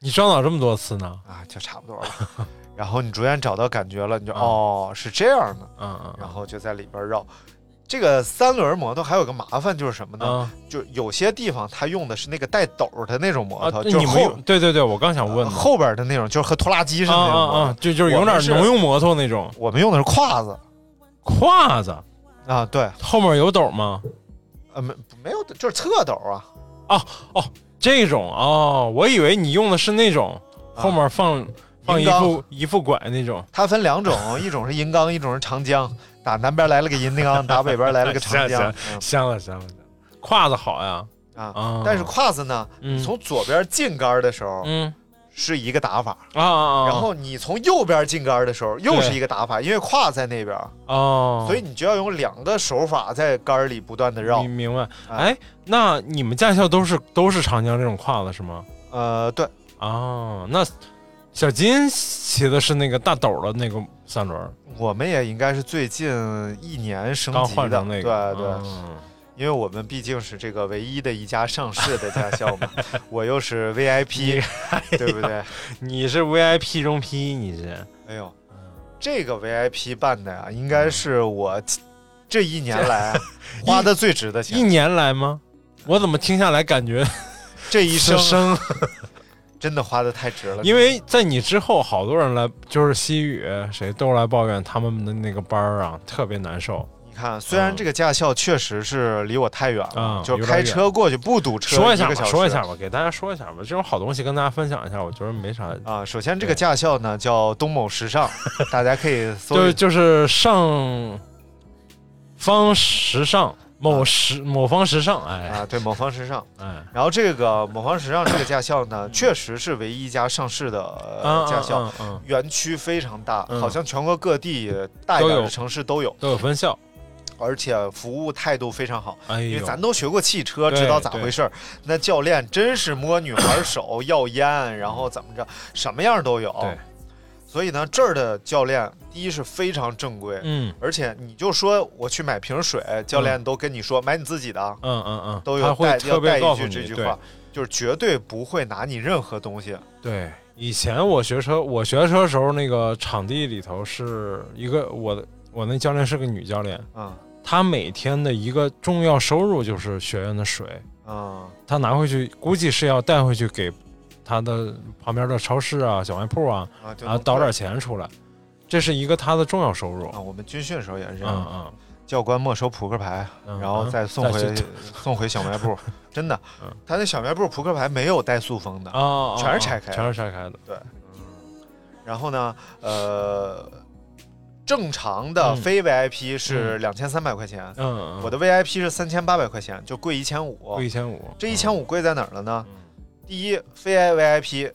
Speaker 2: 你撞倒这么多次呢，
Speaker 1: 啊，就差不多了。 然后你逐渐找到感觉了，你就
Speaker 2: 嗯
Speaker 1: 哦是这样的，
Speaker 2: 嗯嗯，
Speaker 1: 然后就在里边绕。这个三轮摩托还有个麻烦就是什么呢？
Speaker 2: 啊
Speaker 1: 就有些地方它用的是那个带斗儿的那种摩
Speaker 2: 啊
Speaker 1: 托，，就
Speaker 2: 你
Speaker 1: 是
Speaker 2: 没
Speaker 1: 后呃
Speaker 2: 有对对对，我刚想问呢
Speaker 1: 后边的那种，就是和拖拉机似
Speaker 2: 啊
Speaker 1: 的那种
Speaker 2: 啊
Speaker 1: 摩托。
Speaker 2: 啊，就就是有点农用摩托那种
Speaker 1: 我们用的是胯子
Speaker 2: 胯子，
Speaker 1: 啊，对，
Speaker 2: 后面有斗吗？
Speaker 1: 呃，没没有，就是侧斗啊，
Speaker 2: 这种哦，我以为你用的是那种
Speaker 1: 啊
Speaker 2: 后面放、放一
Speaker 1: 银钢
Speaker 2: 副一副拐那种，
Speaker 1: 它分两 种，一种是银钢，一种是长江。打南边来了个银 钢，打北边来了个长
Speaker 2: 行
Speaker 1: 江
Speaker 2: 行。香了香了，香了胯子好呀
Speaker 1: 嗯啊，
Speaker 2: 啊！
Speaker 1: 但是胯子呢，
Speaker 2: 嗯
Speaker 1: 从左边进杆的时候
Speaker 2: 嗯
Speaker 1: 是一个打法，
Speaker 2: 啊啊啊，
Speaker 1: 然后你从右边进杆的时候又是一个打法，因为胯在那边，
Speaker 2: 哦，
Speaker 1: 所以你就要用两个手法在杆里不断的绕啊
Speaker 2: 你。明白？哎，那你们驾校都是都是长江这种胯子是吗？
Speaker 1: 呃，对，
Speaker 2: 哦，那小金骑的是那个大斗的那个三轮儿，
Speaker 1: 我们也应该是最近一年升
Speaker 2: 刚
Speaker 1: 级
Speaker 2: 换
Speaker 1: 的，
Speaker 2: 成那
Speaker 1: 对
Speaker 2: 个，
Speaker 1: 对。
Speaker 2: 嗯
Speaker 1: 因为我们毕竟是这个唯一的一家上市的 驾校嘛，我又是 VIP，对不对？
Speaker 2: 你是 VIP 中 P，你是
Speaker 1: 哎呦，
Speaker 2: 嗯
Speaker 1: 这个 VIP 办的呀，应该是我这一年来啊 花的最值的
Speaker 2: 一
Speaker 1: 钱，
Speaker 2: 年来吗？我怎么听下来感觉
Speaker 1: 这一生
Speaker 2: 生
Speaker 1: 真的花的太值了。
Speaker 2: 因为在你之后，好多人来，就是西语谁都来抱怨他们的那个班儿啊，特别难受。
Speaker 1: 你看，虽然这个驾校确实是离我太远了，
Speaker 2: 嗯
Speaker 1: 就是开车过去不堵车，
Speaker 2: 说一下
Speaker 1: 个
Speaker 2: 吧，
Speaker 1: 小时
Speaker 2: 说一下吧，给大家说一下吧，这种好东西跟大家分享一下，我觉得没啥。
Speaker 1: 啊。首先，这个驾校呢叫东某时 尚，大家可以搜
Speaker 2: 就
Speaker 1: 一
Speaker 2: 就是上方时尚某时、某方时尚，哎
Speaker 1: 啊，对某方时尚。
Speaker 2: 哎
Speaker 1: 然后这个某方时尚这个驾校呢，确实是唯一一家上市的
Speaker 2: 啊
Speaker 1: 呃驾校，
Speaker 2: 嗯嗯
Speaker 1: 园区非常大，
Speaker 2: 嗯
Speaker 1: 好像全国各地大一点
Speaker 2: 都有
Speaker 1: 的城市都有，
Speaker 2: 都有分校，
Speaker 1: 而且服务态度非常好。
Speaker 2: 哎
Speaker 1: 因为
Speaker 2: 呦，
Speaker 1: 咱都学过汽车，
Speaker 2: 对
Speaker 1: 知道咋回事儿。那教练真是摸女孩手、要烟，然后怎么着，什么样都有。
Speaker 2: 对，
Speaker 1: 所以呢，这儿的教练第一是非常正规，
Speaker 2: 嗯
Speaker 1: 而且你就说我去买瓶水，教练都跟你说买你自己的啊，
Speaker 2: 嗯嗯嗯，
Speaker 1: 都
Speaker 2: 他
Speaker 1: 有
Speaker 2: 会
Speaker 1: 带
Speaker 2: 特
Speaker 1: 要
Speaker 2: 别
Speaker 1: 带
Speaker 2: 告
Speaker 1: 一
Speaker 2: 诉
Speaker 1: 句这
Speaker 2: 你
Speaker 1: 句
Speaker 2: 对
Speaker 1: 话，就是绝对不会拿你任何东西。
Speaker 2: 对，以前我学车，我学车的时候，那个场地里头是一个我的，我那教练是个女教练，
Speaker 1: 嗯
Speaker 2: 她每天的一个重要收入就是学院的水，
Speaker 1: 嗯
Speaker 2: 她拿回去估计是要带回去给她的旁边的超市啊、小卖铺啊，
Speaker 1: 啊，就
Speaker 2: 然后
Speaker 1: 能
Speaker 2: 倒
Speaker 1: 喝
Speaker 2: 点钱出来，这是一个她的重要收入
Speaker 1: 啊。。我们军训的时候也是这样，
Speaker 2: 嗯
Speaker 1: 教官没收扑克牌，
Speaker 2: 嗯，
Speaker 1: 然后再送回、
Speaker 2: 再 去
Speaker 1: 送回小卖部。 真的
Speaker 2: 嗯，
Speaker 1: 他那小卖部扑克牌没有带塑封的。
Speaker 2: 啊啊，啊
Speaker 1: 全是拆开的
Speaker 2: 全是拆开的。
Speaker 1: 然后呢，呃，正常的
Speaker 2: 嗯
Speaker 1: 非 VIP 是两千三百块钱，
Speaker 2: 嗯嗯，
Speaker 1: 我的 VIP 是三千八百块钱，就贵一千五
Speaker 2: 贵。一千五，嗯
Speaker 1: 这一千
Speaker 2: 五，
Speaker 1: 五贵在哪儿了呢？第一，非 VIP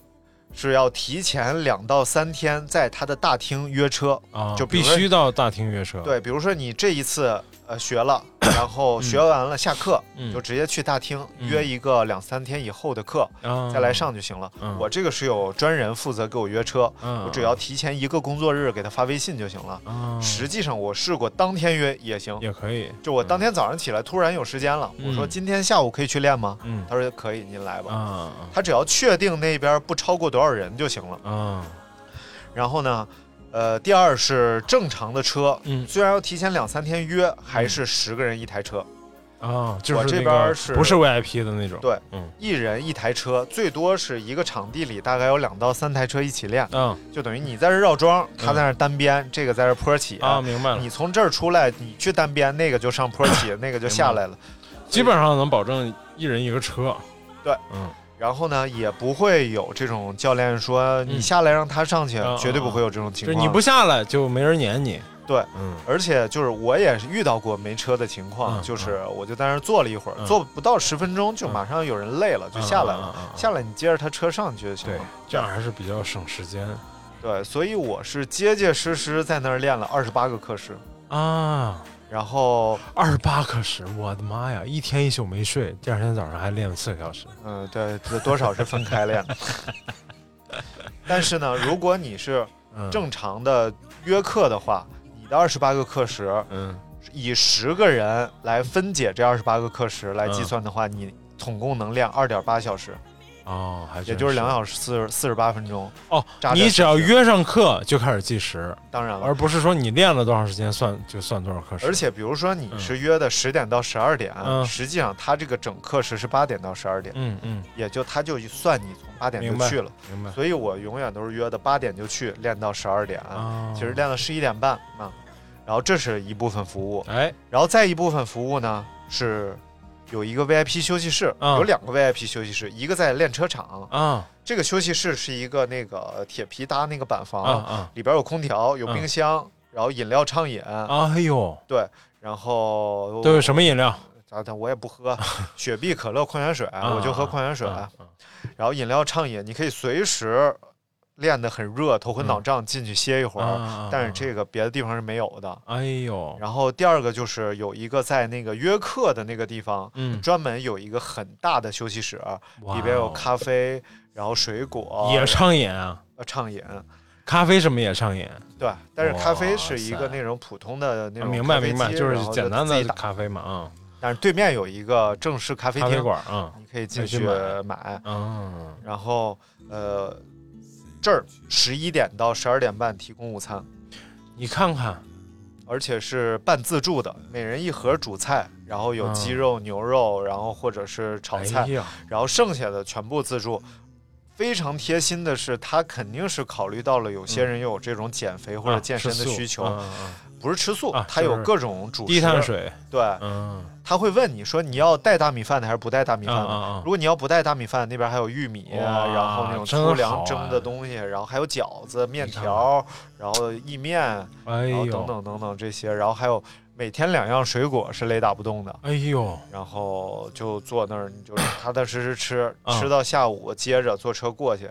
Speaker 1: 是要提前两到三天在他的大厅约车。
Speaker 2: 啊，
Speaker 1: 就比
Speaker 2: 必
Speaker 1: 如说
Speaker 2: 须到大厅约车。，
Speaker 1: 对，比如说你这一次呃学了， 然后学完了下课，
Speaker 2: 嗯
Speaker 1: 就直接去大厅
Speaker 2: 嗯
Speaker 1: 约一个两三天以后的课，
Speaker 2: 啊
Speaker 1: 再来。上就行了。
Speaker 2: 嗯
Speaker 1: 我这个是有专人负责给我约车，
Speaker 2: 嗯，
Speaker 1: 我只要提前一个工作日给他发微信就行了。
Speaker 2: 啊
Speaker 1: 实际上我试过当天约也行，
Speaker 2: 也可以，
Speaker 1: 就我当天早上起来突然有时间了，我说
Speaker 2: 嗯
Speaker 1: 今天下午可以去练吗？
Speaker 2: 嗯
Speaker 1: 他说可以，您来吧。
Speaker 2: 啊
Speaker 1: 他只要确定那边不超过多少人就行了。
Speaker 2: 啊，
Speaker 1: 然后呢，呃，第二是正常的车，
Speaker 2: 嗯
Speaker 1: 虽然要提前两三天约，还是十个人一台车，
Speaker 2: 啊，就是
Speaker 1: 我这
Speaker 2: 那
Speaker 1: 边
Speaker 2: 个
Speaker 1: 是
Speaker 2: 不是 VIP 的那种？
Speaker 1: 对
Speaker 2: 嗯
Speaker 1: 一人一台车，最多是一个场地里大概有两到三台车一起练，
Speaker 2: 嗯
Speaker 1: 就等于你在这绕桩，他在那儿单边，这个在这儿坡起
Speaker 2: 啊，明白了
Speaker 1: 你，从这儿出来，你去单边，那个就上坡起，那个就下来了。
Speaker 2: 基本上能保证一人一个车。
Speaker 1: 对，
Speaker 2: 嗯
Speaker 1: 然后呢，也不会有这种教练说你下来让他上去，
Speaker 2: 嗯啊
Speaker 1: 绝对不会有这种情
Speaker 2: 就
Speaker 1: 况。
Speaker 2: 你不，下来就没人撵你。
Speaker 1: 对，
Speaker 2: 嗯
Speaker 1: 而且就是我也是遇到过没车的情况，
Speaker 2: 嗯
Speaker 1: 就是我就在那儿坐了一会儿，
Speaker 2: 嗯
Speaker 1: 坐不到十分钟就马上有人累了，就下来了。
Speaker 2: 嗯嗯嗯嗯
Speaker 1: 下来你接着他车上去就行
Speaker 2: 对
Speaker 1: 了。，
Speaker 2: 这样还是比较省时间
Speaker 1: 对，所以我是结结实实在那儿练了二十八个课时，
Speaker 2: 啊。
Speaker 1: 然后
Speaker 2: 二十八个时，我的妈呀！一天一宿没睡，第二天早上还练了四个小时。
Speaker 1: 嗯，对，这多少是分开练的。但是呢，如果你是
Speaker 2: 嗯，
Speaker 1: 正常的约课的话，你的二十八个课时
Speaker 2: 嗯
Speaker 1: 以十个人
Speaker 2: 嗯
Speaker 1: 来分解这二十八个课时来计算的话，你总共能练二点八小时。
Speaker 2: 哦，还
Speaker 1: 也
Speaker 2: 真
Speaker 1: 就是两小时四四十八分钟。
Speaker 2: 哦
Speaker 1: 扎点
Speaker 2: 你只要
Speaker 1: 时间
Speaker 2: 约上课就开始计时，
Speaker 1: 当然了，
Speaker 2: 而不是说你练了多长时间算就算多少课时。
Speaker 1: 啊而且比如说你
Speaker 2: 嗯
Speaker 1: 是约的十点到十二点，
Speaker 2: 嗯
Speaker 1: 实际上他这个整课时是八点到十二点，
Speaker 2: 嗯嗯，
Speaker 1: 也就他就算你从八点
Speaker 2: 明
Speaker 1: 就
Speaker 2: 白嗯
Speaker 1: 去了。
Speaker 2: 明白。
Speaker 1: 所以我永远都是约的八点就去练到十二点，
Speaker 2: 哦
Speaker 1: 其实练到十一点半啊。然后这是一部分服务，
Speaker 2: 哎，
Speaker 1: 然后再一部分服务呢是有一个 VIP 休息室，
Speaker 2: 嗯
Speaker 1: 有两个 VIP 休息室，一个在练车场，
Speaker 2: 啊
Speaker 1: 这个休息室是一个那个铁皮搭那个板
Speaker 2: 啊
Speaker 1: 房，
Speaker 2: 啊
Speaker 1: 里边有空调，
Speaker 2: 嗯
Speaker 1: 有冰箱，然后饮料畅饮，
Speaker 2: 啊！哎呦，
Speaker 1: 对，然后
Speaker 2: 都有什么饮料？
Speaker 1: 咋的？我也不 喝雪碧、可乐、矿泉水，我就喝矿泉水。
Speaker 2: 啊啊
Speaker 1: 然后饮料畅饮，你可以随时练得很热，头昏脑胀，进去歇一会儿。
Speaker 2: 嗯啊
Speaker 1: 但是这个别的地方是没有的。
Speaker 2: 哎呦，
Speaker 1: 然后第二个就是有一个在那个约克的那个地方，
Speaker 2: 嗯
Speaker 1: 专门有一个很大的休息室，
Speaker 2: 哇
Speaker 1: 里边有
Speaker 2: 哦
Speaker 1: 咖啡，然后水果，
Speaker 2: 也畅饮啊，
Speaker 1: 呃畅饮。
Speaker 2: 咖啡什么也畅饮。
Speaker 1: 对，但是咖啡
Speaker 2: 哇
Speaker 1: 是一个
Speaker 2: 塞
Speaker 1: 那种普通的那
Speaker 2: 啊
Speaker 1: 种、
Speaker 2: 明白明白，就是简单的
Speaker 1: 打。
Speaker 2: 咖啡嘛，啊，
Speaker 1: 但是对面有一个正式咖啡
Speaker 2: 咖啡
Speaker 1: 厅，
Speaker 2: 馆啊，
Speaker 1: 你可以进
Speaker 2: 可以去
Speaker 1: 去
Speaker 2: 买
Speaker 1: 买。
Speaker 2: 嗯，
Speaker 1: 然后呃，这儿十一点到十二点半提供午餐，
Speaker 2: 你看看，
Speaker 1: 而且是半自助的，每人一盒主菜，然后有鸡
Speaker 2: 嗯
Speaker 1: 肉、牛肉，然后或者是炒菜，
Speaker 2: 哎呀，
Speaker 1: 然后剩下的全部自助。非常贴心的是，他肯定是考虑到了有些人有这种减肥或者
Speaker 2: 嗯啊
Speaker 1: 健身的
Speaker 2: 吃素
Speaker 1: 需求，
Speaker 2: 嗯嗯嗯
Speaker 1: 不是吃素，
Speaker 2: 啊
Speaker 1: 他
Speaker 2: 就
Speaker 1: 有
Speaker 2: 是
Speaker 1: 各种主食，
Speaker 2: 低碳水，
Speaker 1: 对，
Speaker 2: 嗯，
Speaker 1: 他会问你说你要带大米饭的还是不带大米饭的？
Speaker 2: 嗯嗯嗯
Speaker 1: 如果你要不带大米饭，那边还有玉米，啊
Speaker 2: 哇
Speaker 1: 然后那种
Speaker 2: 真
Speaker 1: 粗粮
Speaker 2: 好
Speaker 1: 蒸的
Speaker 2: 哎
Speaker 1: 东西，然后还有饺子、面
Speaker 2: 看
Speaker 1: 条，然后意面，
Speaker 2: 哎
Speaker 1: 然后
Speaker 2: 呦，
Speaker 1: 等等等等这些，然后还有每天两样水果是雷打不动的。
Speaker 2: 哎呦，
Speaker 1: 然后就坐那儿，你就是踏踏实实吃，
Speaker 2: 嗯
Speaker 1: 吃到下午接着坐车过去。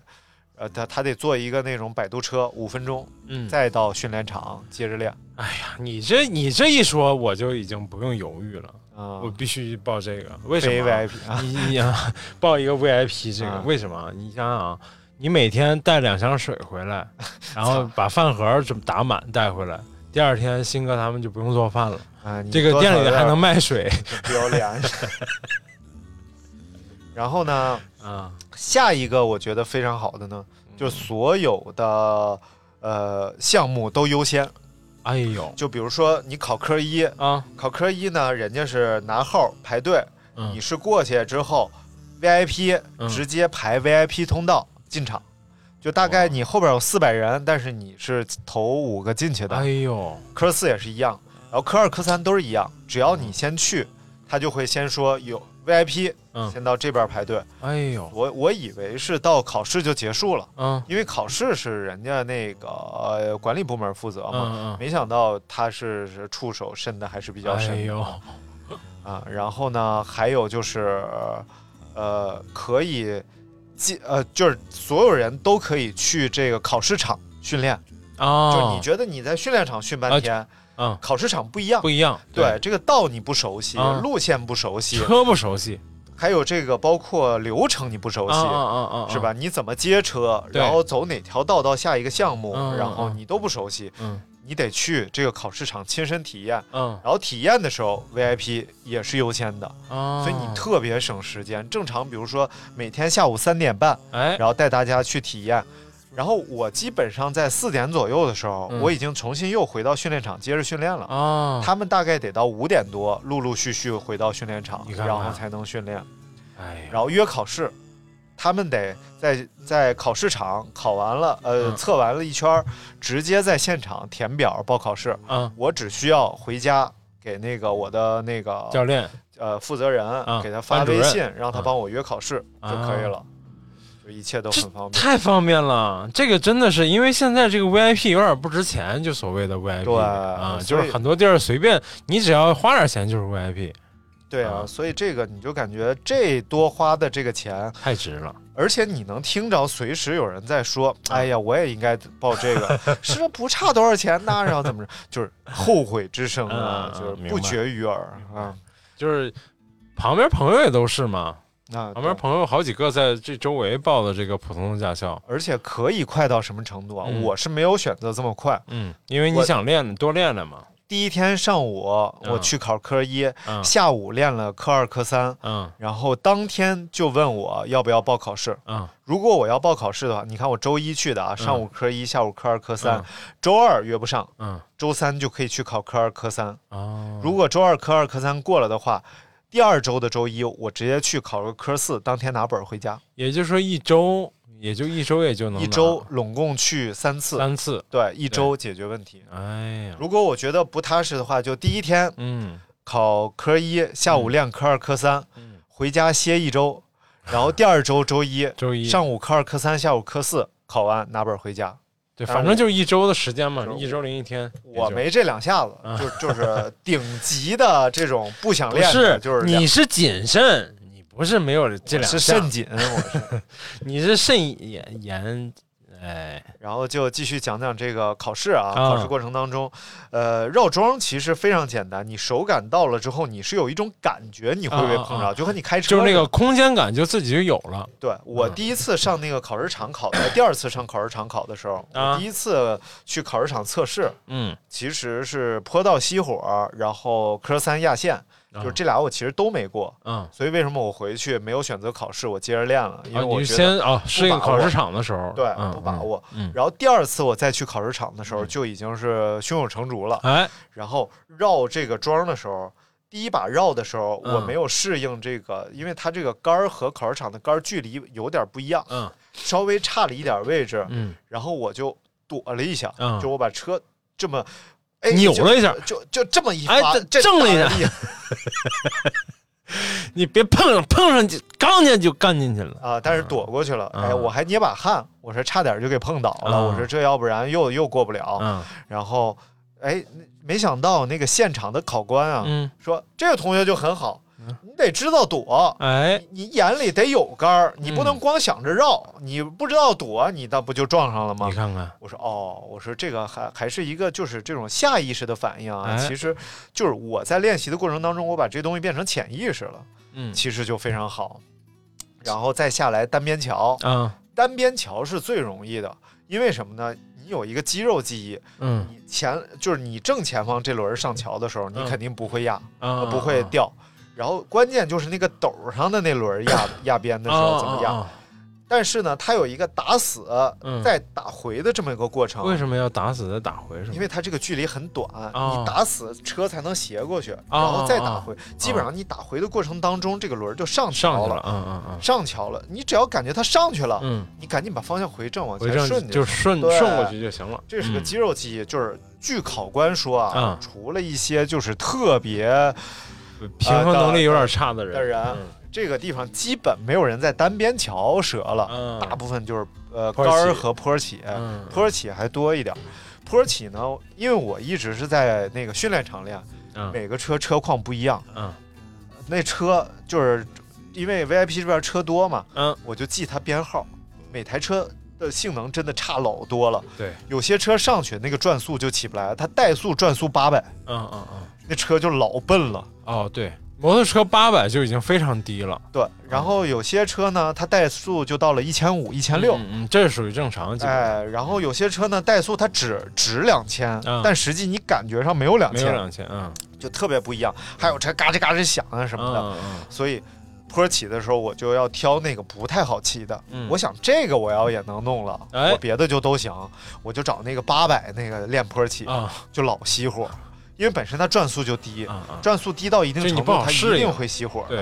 Speaker 1: 呃，他他得坐一个那种摆渡车，五分钟，
Speaker 2: 嗯，
Speaker 1: 再到训练场接着练。
Speaker 2: 你这你这一说，我就已经不用犹豫了，
Speaker 1: 啊、
Speaker 2: 我必须报这个，为什
Speaker 1: 非
Speaker 2: 么啊？
Speaker 1: VIP 啊，
Speaker 2: 你你啊，报一个 VIP 这个
Speaker 1: 啊
Speaker 2: 为什么啊？你想想啊，你每天带两箱水 回来，然后把饭盒准打满带回来，第二天新哥他们就不用做饭了，
Speaker 1: 啊你
Speaker 2: 这个
Speaker 1: 多
Speaker 2: 店
Speaker 1: 少
Speaker 2: 里
Speaker 1: 有
Speaker 2: 还
Speaker 1: 点
Speaker 2: 能卖水
Speaker 1: 不要脸。 然后呢，
Speaker 2: 啊
Speaker 1: 下一个我觉得非常好的呢，
Speaker 2: 嗯
Speaker 1: 就是所有的呃项目都优先。
Speaker 2: 哎呦
Speaker 1: 就比如说你考科一，
Speaker 2: 啊，
Speaker 1: 考科一呢，人家是拿号排队，
Speaker 2: 嗯
Speaker 1: 你是过去之后 VIP
Speaker 2: 嗯
Speaker 1: 直接排 VIP 通道进场。就大概你后边有四百人，但是你是头五个进去的。
Speaker 2: 哎呦，
Speaker 1: 科四也是一样，然后科二、科三都是一样，只要你先去，他就会先说有 VIP，
Speaker 2: 嗯
Speaker 1: 先到这边排队。
Speaker 2: 哎呦，
Speaker 1: 我我以为是到考试就结束了，
Speaker 2: 嗯
Speaker 1: 因为考试是人家那个、呃、管理部门负责嘛，
Speaker 2: 嗯嗯，
Speaker 1: 没想到他是是触手伸的还是比较
Speaker 2: 哎
Speaker 1: 深的、
Speaker 2: 呦，
Speaker 1: 啊。然后呢，还有就是，呃，可以进呃，就是所有人都可以去这个考试场训练，就是
Speaker 2: 啊
Speaker 1: 你，觉得你在训练场训
Speaker 2: 啊
Speaker 1: 半天，
Speaker 2: 嗯，
Speaker 1: 考试场不一样
Speaker 2: 不。一样，
Speaker 1: 对，这个道你不熟悉，
Speaker 2: 啊
Speaker 1: 路线不熟悉，
Speaker 2: 车不熟悉，
Speaker 1: 还有这个包括流程你不熟悉，
Speaker 2: 啊啊啊啊，
Speaker 1: 是吧？？你怎么接车，
Speaker 2: 对
Speaker 1: 然后走哪条道到下一个项目，
Speaker 2: 嗯嗯
Speaker 1: 然后
Speaker 2: 嗯
Speaker 1: 你都不熟悉，
Speaker 2: 嗯
Speaker 1: 你得去这个考试场亲身体验。
Speaker 2: 嗯
Speaker 1: 然后体验的时候，VIP 也是优先的，
Speaker 2: 啊，
Speaker 1: 所以你特别省时间。正常，比如说每天下午三点半，
Speaker 2: 哎
Speaker 1: 然后带大家去体验。然后我基本上在四点左右的时候，
Speaker 2: 嗯
Speaker 1: 我已经重新又回到训练场接着训练了。
Speaker 2: 啊，
Speaker 1: 他们大概得到五点多，陆陆续续回到训练场，
Speaker 2: 你看看
Speaker 1: 然后才能训练，
Speaker 2: 哎呀，
Speaker 1: 然后约考试。他们得在在考试场考完了，呃，
Speaker 2: 嗯
Speaker 1: 测完了一圈儿，直接在现场填表报考试。
Speaker 2: 嗯，
Speaker 1: 我只需要回家给那个我的那
Speaker 2: 教
Speaker 1: 个
Speaker 2: 练，
Speaker 1: 呃负责人、给他发
Speaker 2: 啊班主
Speaker 1: 微
Speaker 2: 任
Speaker 1: 信，让他
Speaker 2: 嗯
Speaker 1: 帮我约考试、就可以了，就一切都
Speaker 2: 这
Speaker 1: 很方便。
Speaker 2: 太方便了，这个真的是因为现在这个 VIP 有点不值钱，就所谓的 VIP
Speaker 1: 对
Speaker 2: 啊，
Speaker 1: 所
Speaker 2: 就
Speaker 1: 以
Speaker 2: 是很多地儿随便你只要花点钱就是 VIP，
Speaker 1: 对啊，
Speaker 2: 啊
Speaker 1: 所以这个你就感觉这多花的这个钱，
Speaker 2: 太值了。
Speaker 1: 而且你能听着随时有人在说：“
Speaker 2: 啊
Speaker 1: 哎呀，我也应该报这 个，是不差多少钱呐、然后怎么着，就是后悔之声啊，
Speaker 2: 嗯嗯
Speaker 1: 就是
Speaker 2: 明
Speaker 1: 不
Speaker 2: 白
Speaker 1: 绝于耳啊。
Speaker 2: 就是旁边朋友也都是嘛，
Speaker 1: 啊，
Speaker 2: 旁边
Speaker 1: 对
Speaker 2: 朋友好几个在这周围报的这个普通的驾校，
Speaker 1: 而且可以快到什么程度啊？
Speaker 2: 嗯
Speaker 1: 我是没有选择这么快。
Speaker 2: 嗯，因为你
Speaker 1: 我
Speaker 2: 想练多练练嘛，
Speaker 1: 第一天上午我去考科一，
Speaker 2: 嗯
Speaker 1: 下午练了科二、科三，
Speaker 2: 嗯
Speaker 1: 然后当天就问我要不要报考试。
Speaker 2: 嗯
Speaker 1: 如果我要报考试的话，你看我周一去的啊，上午科一，下午科二、科三，周二约不上，
Speaker 2: 嗯
Speaker 1: 周三就可以去考科二、科三。
Speaker 2: 哦，
Speaker 1: 如果周二科二、科三过了的话，第二周的周一我直接去考个科四，当天拿本儿回家。
Speaker 2: 也就是说一周，也就一周也就能
Speaker 1: 一
Speaker 2: 拿
Speaker 1: 周拢共去三次，
Speaker 2: 三次，
Speaker 1: 对，一周解决问题。
Speaker 2: 哎呀，
Speaker 1: 如果我觉得不踏实的话，就第一天
Speaker 2: 嗯
Speaker 1: 考科一，下午练科二、科三，回家歇一周，然后第二周周一，
Speaker 2: 周一
Speaker 1: 上午科二、科三，下午科四，考完拿本儿回家。
Speaker 2: 对，
Speaker 1: 然后
Speaker 2: 反正就一周的时间嘛
Speaker 1: 呃是，
Speaker 2: 一周零一天。也就啊
Speaker 1: 我没这两下子，就就是顶级的这种不想
Speaker 2: 不
Speaker 1: 练的，就是
Speaker 2: 你
Speaker 1: 两
Speaker 2: 是谨慎，你不是没有这
Speaker 1: 我
Speaker 2: 两
Speaker 1: 是
Speaker 2: 项
Speaker 1: 肾紧，我是。
Speaker 2: 你是肾炎炎，哎，
Speaker 1: 然后就继续讲讲这个考试啊，
Speaker 2: 啊
Speaker 1: 考试过程当中，呃，绕桩其实非常简单，你手感到了之后，你是有一种感觉你会不会碰
Speaker 2: 啊啊
Speaker 1: 着，就和你开车
Speaker 2: 就是那
Speaker 1: 似
Speaker 2: 个嗯
Speaker 1: 的。
Speaker 2: 空间感就自己就有了。
Speaker 1: 对我第一次上那个考试场考的，第二次上考试场考的时候，
Speaker 2: 啊
Speaker 1: 我第一次去考试场测试，
Speaker 2: 嗯，
Speaker 1: 其实是坡道熄火，然后科三压线，
Speaker 2: 啊
Speaker 1: 就是这俩我其实都没过。
Speaker 2: 嗯，
Speaker 1: 所以为什么我回去没有选择考试，我接着练了？因
Speaker 2: 啊，
Speaker 1: 为我
Speaker 2: 你
Speaker 1: 觉得
Speaker 2: 先啊，适应
Speaker 1: 把握
Speaker 2: 考试场的时候，
Speaker 1: 对，
Speaker 2: 嗯
Speaker 1: 不把握。
Speaker 2: 嗯
Speaker 1: 然后第二次我再去考试场的时候，就已经是胸有成竹了。
Speaker 2: 哎，
Speaker 1: 然后绕这个桩的时候，第一把绕的时候，
Speaker 2: 嗯
Speaker 1: 我没有适应这个，因为它这个杆儿和考试场的杆儿距离有点不一样，
Speaker 2: 嗯
Speaker 1: 稍微差了一点位置。
Speaker 2: 嗯，
Speaker 1: 然后我就躲了一下，
Speaker 2: 嗯
Speaker 1: 就我把车这么。哎，
Speaker 2: 扭
Speaker 1: 就
Speaker 2: 了一下
Speaker 1: 就就这么一
Speaker 2: 哎
Speaker 1: 发，
Speaker 2: 这
Speaker 1: 这
Speaker 2: 正了一下
Speaker 1: 打力
Speaker 2: 你别碰上，碰上就刚进就干进去了。
Speaker 1: 啊！但是躲过去了，
Speaker 2: 嗯
Speaker 1: 哎，我还捏把汗，我说差点就给碰倒了，
Speaker 2: 嗯
Speaker 1: 我说这要不然又又过不了，
Speaker 2: 嗯
Speaker 1: 然后，哎，没想到那个现场的考官啊，
Speaker 2: 嗯，
Speaker 1: 说这个同学就很好，你得知道躲，
Speaker 2: 哎，
Speaker 1: 你你眼里得有杆儿，你不
Speaker 2: 嗯
Speaker 1: 能光想着绕，你不知道躲，你那不就撞上了吗
Speaker 2: 你？看看，
Speaker 1: 我说哦，我说这个还还是一个就是这种下意识的反应啊，
Speaker 2: 哎
Speaker 1: 其实就是我在练习的过程当中，我把这东西变成潜意识了，
Speaker 2: 嗯
Speaker 1: 其实就非常好。然后再下来单边桥，
Speaker 2: 啊，
Speaker 1: 单边桥是最容易的，因为什么呢？你有一个肌肉记忆，
Speaker 2: 嗯
Speaker 1: 你前就是你正前方这轮上桥的时候，你
Speaker 2: 嗯
Speaker 1: 肯定不会压，
Speaker 2: 啊，
Speaker 1: 不会掉。然后关键就是那个斗上的那轮 压压边的时候怎么
Speaker 2: 啊
Speaker 1: 样？
Speaker 2: 啊
Speaker 1: 但是呢，它有一个打死
Speaker 2: 嗯
Speaker 1: 再打回的这么一个过
Speaker 2: 啊为
Speaker 1: 程。
Speaker 2: 什么要打死再打回？是吗
Speaker 1: 因为它这个距离很短，
Speaker 2: 哦
Speaker 1: 你打死车才能斜过去，然后再打回。基本上你打回的过程当中，这个轮儿就上
Speaker 2: 哦上
Speaker 1: 桥
Speaker 2: 去了，
Speaker 1: 了，
Speaker 2: 嗯嗯嗯
Speaker 1: 上桥了。你只要感觉它上去了，
Speaker 2: 嗯，
Speaker 1: 你赶紧把方向回正，往
Speaker 2: 回
Speaker 1: 前
Speaker 2: 正
Speaker 1: 顺
Speaker 2: 就
Speaker 1: 行
Speaker 2: 顺
Speaker 1: 对
Speaker 2: 顺过去就行了。
Speaker 1: 这是个
Speaker 2: 嗯
Speaker 1: 肌肉记忆，就是据考官说啊
Speaker 2: 嗯，
Speaker 1: 除了一些就是特别
Speaker 2: 平衡能力有点差的人，
Speaker 1: 的人，
Speaker 2: 嗯
Speaker 1: 这个地方基本没有人在单边桥折了，
Speaker 2: 嗯
Speaker 1: 大部分就是呃
Speaker 2: 坡
Speaker 1: 杆
Speaker 2: 起
Speaker 1: 儿和坡起，
Speaker 2: 嗯
Speaker 1: 坡起还多一点。坡起呢，因为我一直是在那个训练场练，
Speaker 2: 嗯
Speaker 1: 每个车车况不一样，
Speaker 2: 嗯
Speaker 1: 那车就是因为 VIP 这边车多嘛，
Speaker 2: 嗯，
Speaker 1: 我就记它编号，每台车的性能真的差老多了。
Speaker 2: 对，
Speaker 1: 有些车上去那个转速就起不来，它怠速转速八百，
Speaker 2: 嗯嗯嗯，
Speaker 1: 那车就老笨了。
Speaker 2: 哦对，摩托车八百就已经非常低了，
Speaker 1: 对，然后有些车呢，它怠速就到了一千五、一千六，
Speaker 2: 嗯，嗯这是属于正常，基本上
Speaker 1: 哎，然后有些车呢，怠速它只只两千、
Speaker 2: 嗯
Speaker 1: 但实际你感觉上没有两
Speaker 2: 没有
Speaker 1: 千，
Speaker 2: 两千，嗯
Speaker 1: 就特别不一样。还有车嘎吱嘎吱响啊什么的，
Speaker 2: 嗯嗯
Speaker 1: 所以坡起的时候我就要挑那个不太好骑的。
Speaker 2: 嗯
Speaker 1: 我想这个我要也能弄了，
Speaker 2: 哎
Speaker 1: 我别的就都行，我就找那个八百那个练坡起，
Speaker 2: 啊
Speaker 1: 就老熄火，因为本身它转速就低，
Speaker 2: 啊啊，
Speaker 1: 转速低到一定
Speaker 2: 就你
Speaker 1: 程
Speaker 2: 不
Speaker 1: 度，
Speaker 2: 好
Speaker 1: 它一
Speaker 2: 适
Speaker 1: 定
Speaker 2: 应
Speaker 1: 会熄火的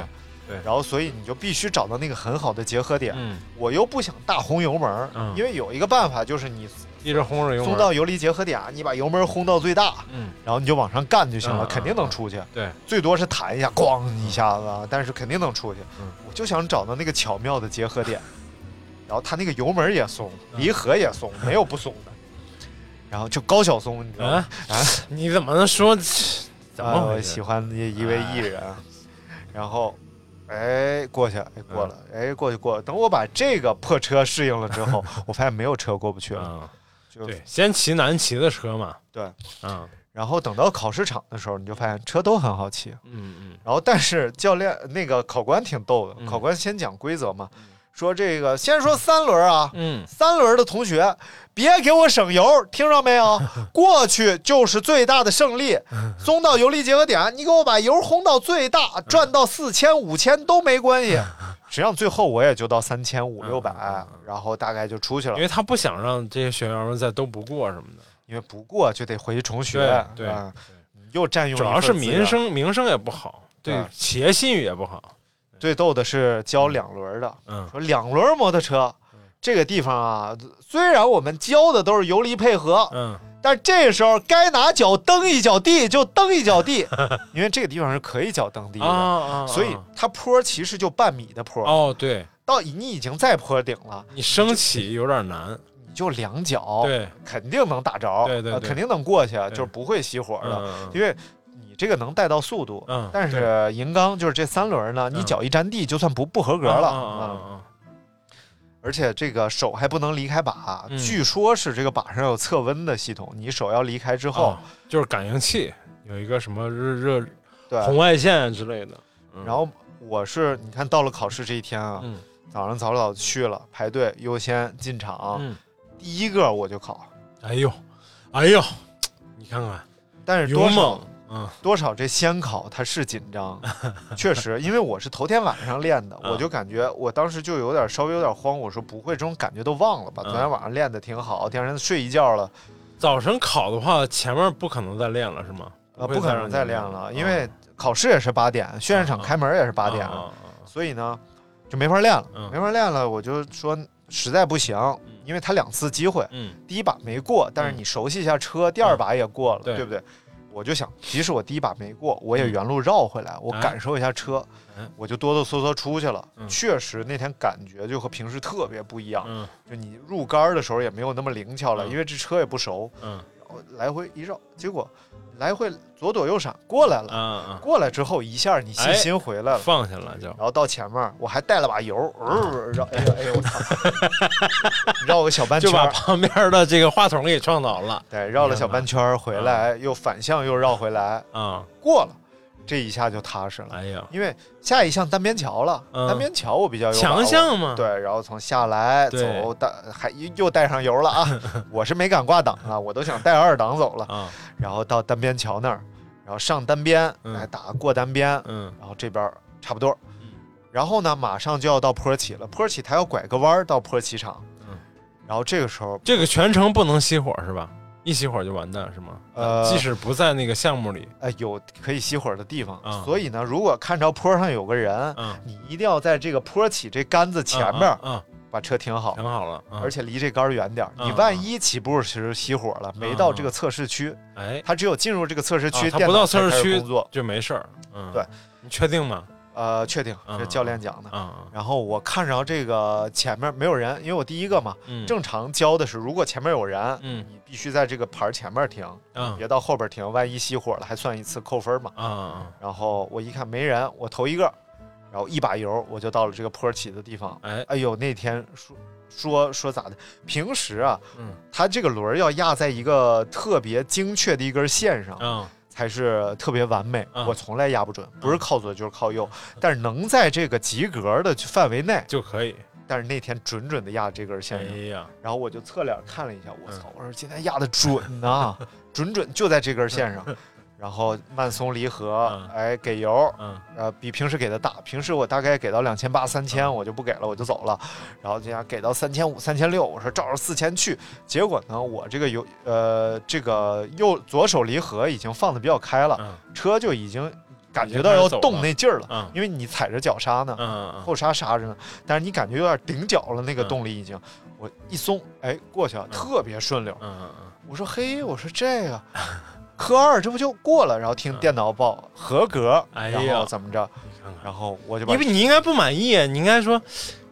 Speaker 2: 对。
Speaker 1: 然后，所以你就必须找到那个很好的结合点。
Speaker 2: 嗯，
Speaker 1: 我又不想大轰油门儿，
Speaker 2: 嗯
Speaker 1: 因为有一个办法就是你
Speaker 2: 一直轰着油
Speaker 1: 松
Speaker 2: 门，
Speaker 1: 到油离结合点，你把油门轰到最大，
Speaker 2: 嗯，
Speaker 1: 然后你就往上干就行了，
Speaker 2: 嗯嗯
Speaker 1: 肯定能出去。
Speaker 2: 对，
Speaker 1: 最多是弹一下，咣一下子啊，但是肯定能出去。
Speaker 2: 嗯
Speaker 1: 我就想找到那个巧妙的结合点，然后它那个油门也松，
Speaker 2: 嗯
Speaker 1: 离合也松，没有不松的。然后就高晓松，你知道吗？啊，
Speaker 2: 你怎么能说？怎
Speaker 1: 啊
Speaker 2: 嗯么
Speaker 1: 我
Speaker 2: 回
Speaker 1: 喜
Speaker 2: 事？哎
Speaker 1: 欢的一位艺人， 然后，哎，过去，哎，
Speaker 2: 嗯
Speaker 1: 过了，哎，过去，过了。等我把这个破车适应了之 后，我发现没有车过不去了。
Speaker 2: 啊，
Speaker 1: 就
Speaker 2: 对，先骑难骑的车嘛，
Speaker 1: 对，
Speaker 2: 嗯
Speaker 1: 然后等到考试场的时候，你就发现车都很好骑。
Speaker 2: 嗯嗯
Speaker 1: 然后，但是教练那个考官挺逗的，
Speaker 2: 嗯
Speaker 1: 考官先讲规则嘛，说这个先说三轮啊，
Speaker 2: 嗯，
Speaker 1: 三轮的同学别给我省油，听着没 有？过去就是最大的胜利，松到油离结合点，你给我把油轰到最大，
Speaker 2: 嗯
Speaker 1: 赚到四千、五千都没关系。实际上最后我也就到三千五六
Speaker 2: 嗯
Speaker 1: 百，然后大概就出去了
Speaker 2: 因，为他不想让这些学员们再都不过什么的。
Speaker 1: 因为不过就得回去重学，
Speaker 2: 对对
Speaker 1: 啊又占用
Speaker 2: 主
Speaker 1: 一
Speaker 2: 要
Speaker 1: 份
Speaker 2: 是
Speaker 1: 资
Speaker 2: 民
Speaker 1: 源
Speaker 2: 生名声也不好，对
Speaker 1: 对啊
Speaker 2: 企业信誉也不好。
Speaker 1: 最逗的是教两轮的，
Speaker 2: 嗯
Speaker 1: 说两轮摩托车这个地方啊，虽然我们教的都是游离配合，
Speaker 2: 嗯，
Speaker 1: 但这时候该拿脚蹬一脚地就蹬一脚 地，因为这个地方是可以脚蹬地的，
Speaker 2: 啊啊，啊
Speaker 1: 所以它坡其实就半米的坡，
Speaker 2: 哦，对
Speaker 1: 到你已经在坡顶了，
Speaker 2: 你升起有点难，
Speaker 1: 你就两脚，
Speaker 2: 对，
Speaker 1: 肯定能打着，
Speaker 2: 对对
Speaker 1: 呃
Speaker 2: 对
Speaker 1: 肯定能过去，就是不会熄火的，
Speaker 2: 嗯，
Speaker 1: 因为。你这个能带到速度，
Speaker 2: 嗯
Speaker 1: 但是银钢就是这三轮呢，你
Speaker 2: 嗯
Speaker 1: 脚一沾地就算不不合格
Speaker 2: 格
Speaker 1: 了，嗯
Speaker 2: 啊
Speaker 1: 而且这个手还不能离开把，
Speaker 2: 嗯
Speaker 1: 据说是这个把上有测温的系统，你手要离开之
Speaker 2: 啊，
Speaker 1: 后，
Speaker 2: 哦就是感应器有一个什么热热红
Speaker 1: 对，
Speaker 2: 外线之类的，嗯
Speaker 1: 然后我是你看到了考试这一天啊，
Speaker 2: 嗯
Speaker 1: 早上早早去了排队优先进场，
Speaker 2: 嗯，
Speaker 1: 第一个我就考，
Speaker 2: 哎呦，哎呦，你看看
Speaker 1: 但是多
Speaker 2: 勇
Speaker 1: 少
Speaker 2: 猛，嗯
Speaker 1: 多少这先考它是紧张， 确实，因为我是头天晚上练的，
Speaker 2: 嗯
Speaker 1: 我就感觉我当时就有点稍微有点慌，我说不会这种感觉都忘了吧，
Speaker 2: 嗯
Speaker 1: 昨天晚上练的挺好，第二天睡一觉了。
Speaker 2: 早晨考的话，前面不可能再练了，是吗？
Speaker 1: 啊，不
Speaker 2: 会
Speaker 1: 可
Speaker 2: 再让
Speaker 1: 能
Speaker 2: 你嗯
Speaker 1: 再练了，因为考试也是八点，训练场开门也是八点，
Speaker 2: 啊啊啊
Speaker 1: 所以呢就没法练了，
Speaker 2: 嗯
Speaker 1: 没法练了。我就说实在不行，因为他两次机会，
Speaker 2: 嗯
Speaker 1: 第一把没过，但是
Speaker 2: 嗯
Speaker 1: 你熟悉一下车，第二把也过了，
Speaker 2: 对嗯
Speaker 1: 对不对？我就想，即使我第一把没过，我也原路绕回来，我
Speaker 2: 哎
Speaker 1: 感受一下车
Speaker 2: 哎，
Speaker 1: 我就哆哆嗦嗦出去了。
Speaker 2: 嗯
Speaker 1: 确实那天感觉就和平时特别不一样，
Speaker 2: 嗯
Speaker 1: 就你入杆的时候也没有那么灵巧了，
Speaker 2: 嗯
Speaker 1: 因为这车也不熟。
Speaker 2: 嗯
Speaker 1: 我来回一绕，结果来回左躲右闪过来了。
Speaker 2: 嗯
Speaker 1: 过来之后一下你信心回来了，
Speaker 2: 嗯，放下了就
Speaker 1: 然后到前面我还带了把油，
Speaker 2: 啊
Speaker 1: 呃、绕哎呦哎呦我操， 绕个小半
Speaker 2: 就
Speaker 1: 圈
Speaker 2: 把
Speaker 1: 儿，
Speaker 2: 旁边的这个话筒给撞倒了
Speaker 1: 对，绕了小半圈儿回来，又反向又绕回来，
Speaker 2: 啊！
Speaker 1: 过了，这一下就踏实了。
Speaker 2: 哎呀，
Speaker 1: 因为下一项单边桥了，
Speaker 2: 嗯
Speaker 1: 单边桥我比较有把握
Speaker 2: 强项嘛，
Speaker 1: 对，然后从下来
Speaker 2: 对
Speaker 1: 走，带还又又带上油了 啊！我是没敢挂档啊，我都想带二档走了。
Speaker 2: 啊，
Speaker 1: 然后到单边桥那儿，然后上单边，
Speaker 2: 嗯
Speaker 1: 来打过单边，
Speaker 2: 嗯
Speaker 1: 然后这边儿差不多。然后呢，马上就要到坡起了，坡起它要拐个弯儿到坡起场。
Speaker 2: 嗯
Speaker 1: 然后这个时候，
Speaker 2: 这个全程不能熄火是吧？一熄火就完蛋是吗？
Speaker 1: 呃
Speaker 2: 即使不在那个项目里，
Speaker 1: 哎，有可以熄火的地方，
Speaker 2: 嗯
Speaker 1: 所以呢，如果看着坡上有个人，
Speaker 2: 嗯，
Speaker 1: 你一定要在这个坡起这杆子呃前面儿
Speaker 2: 嗯，
Speaker 1: 把车停好，
Speaker 2: 挺好了，嗯
Speaker 1: 而且离这杆儿远点儿。
Speaker 2: 嗯
Speaker 1: 你万一起步时熄火了，没到这个测试区，
Speaker 2: 哎，
Speaker 1: 它只有进入这个测试区，
Speaker 2: 啊它
Speaker 1: 电
Speaker 2: 不
Speaker 1: 脑
Speaker 2: 到
Speaker 1: 才
Speaker 2: 测
Speaker 1: 开
Speaker 2: 试
Speaker 1: 始
Speaker 2: 区
Speaker 1: 工作。
Speaker 2: 就没事儿，嗯，
Speaker 1: 对，
Speaker 2: 你确定吗？
Speaker 1: 呃，确定
Speaker 2: 嗯
Speaker 1: 是教练讲的。
Speaker 2: 啊，
Speaker 1: 然后我看着这个前面没有人，因为我第一个嘛，
Speaker 2: 嗯，
Speaker 1: 正常教的是，如果前面有人，
Speaker 2: 嗯
Speaker 1: 你必须在这个牌儿前面停，
Speaker 2: 啊
Speaker 1: 别到后边停，万一熄火了还算一次扣分嘛。
Speaker 2: 啊啊，
Speaker 1: 然后我一看没人，我头一个，然后一把油我就到了这个坡起的地方。
Speaker 2: 哎，
Speaker 1: 哎呦，那天说说说咋的？平时啊，
Speaker 2: 嗯
Speaker 1: 它这个轮儿要压在一个特别精确的一根线上，
Speaker 2: 啊，
Speaker 1: 才是特别完美。
Speaker 2: 嗯
Speaker 1: 我从来压不准，不是靠左就是靠右，但是能在这个及格的范围内。
Speaker 2: 就可以，
Speaker 1: 但是那天准准的压这根
Speaker 2: 哎
Speaker 1: 线上，
Speaker 2: 呀，嗯
Speaker 1: 然后我就侧脸看了一下，我操！我说今天压的准呐、 准准就在这根线 上。然后慢松离合
Speaker 2: 嗯，
Speaker 1: 哎，给油，
Speaker 2: 嗯
Speaker 1: 呃，比平时给的大。平时我大概给到两千八、三
Speaker 2: 嗯
Speaker 1: 千，我就不给了，我就走了。然后这样给到三千五、三千六，我说照着四千去。结果呢，我这个油，呃，这个右左手离合已经放的比较开了，
Speaker 2: 嗯
Speaker 1: 车就已经感觉到要动那劲儿了，
Speaker 2: 嗯
Speaker 1: 因为你踩着脚刹 呢，
Speaker 2: 嗯
Speaker 1: 后刹刹着呢，但是你感觉有点顶脚了，那个
Speaker 2: 嗯
Speaker 1: 动力已经，我一松，哎，过去了，特别顺溜。
Speaker 2: 嗯嗯
Speaker 1: 我说嘿，我说这个科二这不就过了？然后听电脑报 合格，
Speaker 2: 哎呀
Speaker 1: 然后怎么着？
Speaker 2: 看看
Speaker 1: 然后我就把
Speaker 2: 因为你应该不满意，啊你应该说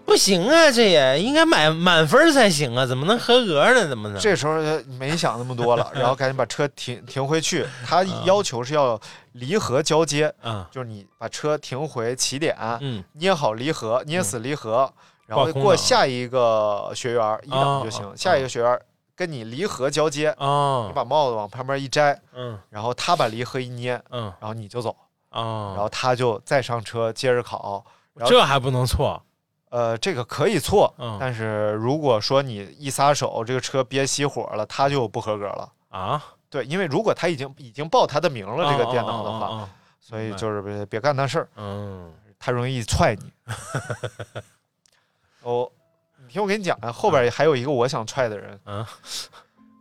Speaker 2: 不行啊，这也应该满满分才行啊，怎么能合格呢？怎么能？
Speaker 1: 这时候就没想那么多 了，然后赶紧把车停停回 去。他要求是要离合交接，
Speaker 2: 啊，
Speaker 1: 就是你把车停回起点，
Speaker 2: 嗯
Speaker 1: 捏好离合，捏死离合，然后
Speaker 2: 挂空
Speaker 1: 过
Speaker 2: 了
Speaker 1: 下一个学员一档就行。
Speaker 2: 啊啊
Speaker 1: 下一个学员跟你离合交接，你
Speaker 2: 哦，
Speaker 1: 把帽子往旁边一摘，
Speaker 2: 嗯
Speaker 1: 然后他把离合一捏，
Speaker 2: 嗯
Speaker 1: 然后你就走，然
Speaker 2: 哦，
Speaker 1: 后他就再上车接着考。然后
Speaker 2: 这还不能错
Speaker 1: 呃，这个可以错，
Speaker 2: 嗯
Speaker 1: 但是如果说你一撒手，这个车憋熄火了，它就不合格了。
Speaker 2: 啊，
Speaker 1: 对，因为如果它已经已经报它的名了，这个电脑的话，
Speaker 2: 啊，啊啊啊
Speaker 1: 所以
Speaker 2: 明白
Speaker 1: 就是别别干那事儿，
Speaker 2: 嗯，
Speaker 1: 它容易踹 你。哦，你听我给你讲啊，后边还有一个我想踹的人，
Speaker 2: 嗯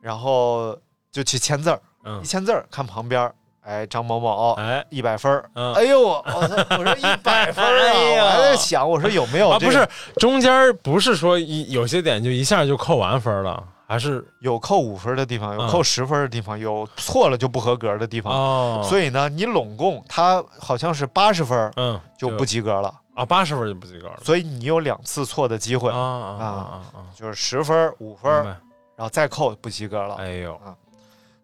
Speaker 1: 然后就去签字儿，
Speaker 2: 嗯
Speaker 1: 一，签字儿看旁边儿，哎，张某某，
Speaker 2: 哎，
Speaker 1: 一百分儿。
Speaker 2: 嗯
Speaker 1: 哎呦，我我说我 说一百分儿啊！
Speaker 2: 哎呀
Speaker 1: 我还在想，我说有没有
Speaker 2: 啊，
Speaker 1: 这
Speaker 2: 不
Speaker 1: 个、
Speaker 2: 是，中间儿不是说一有些点就一下就扣完分儿了，还是
Speaker 1: 有扣五分儿的地方，有
Speaker 2: 嗯
Speaker 1: 扣十分儿的地方，有错了就不合格的地方。
Speaker 2: 哦，以
Speaker 1: 啊所以呢，你拢共他好像是八十分儿
Speaker 2: 嗯
Speaker 1: 就不及格了，
Speaker 2: 啊，八十分儿就不及格了，
Speaker 1: 所以你有两次错的机会，
Speaker 2: 啊啊啊啊
Speaker 1: 就是十分儿、五分
Speaker 2: 啊，
Speaker 1: 儿，啊
Speaker 2: 明
Speaker 1: 然后再扣不及格了。
Speaker 2: 白，哎呦，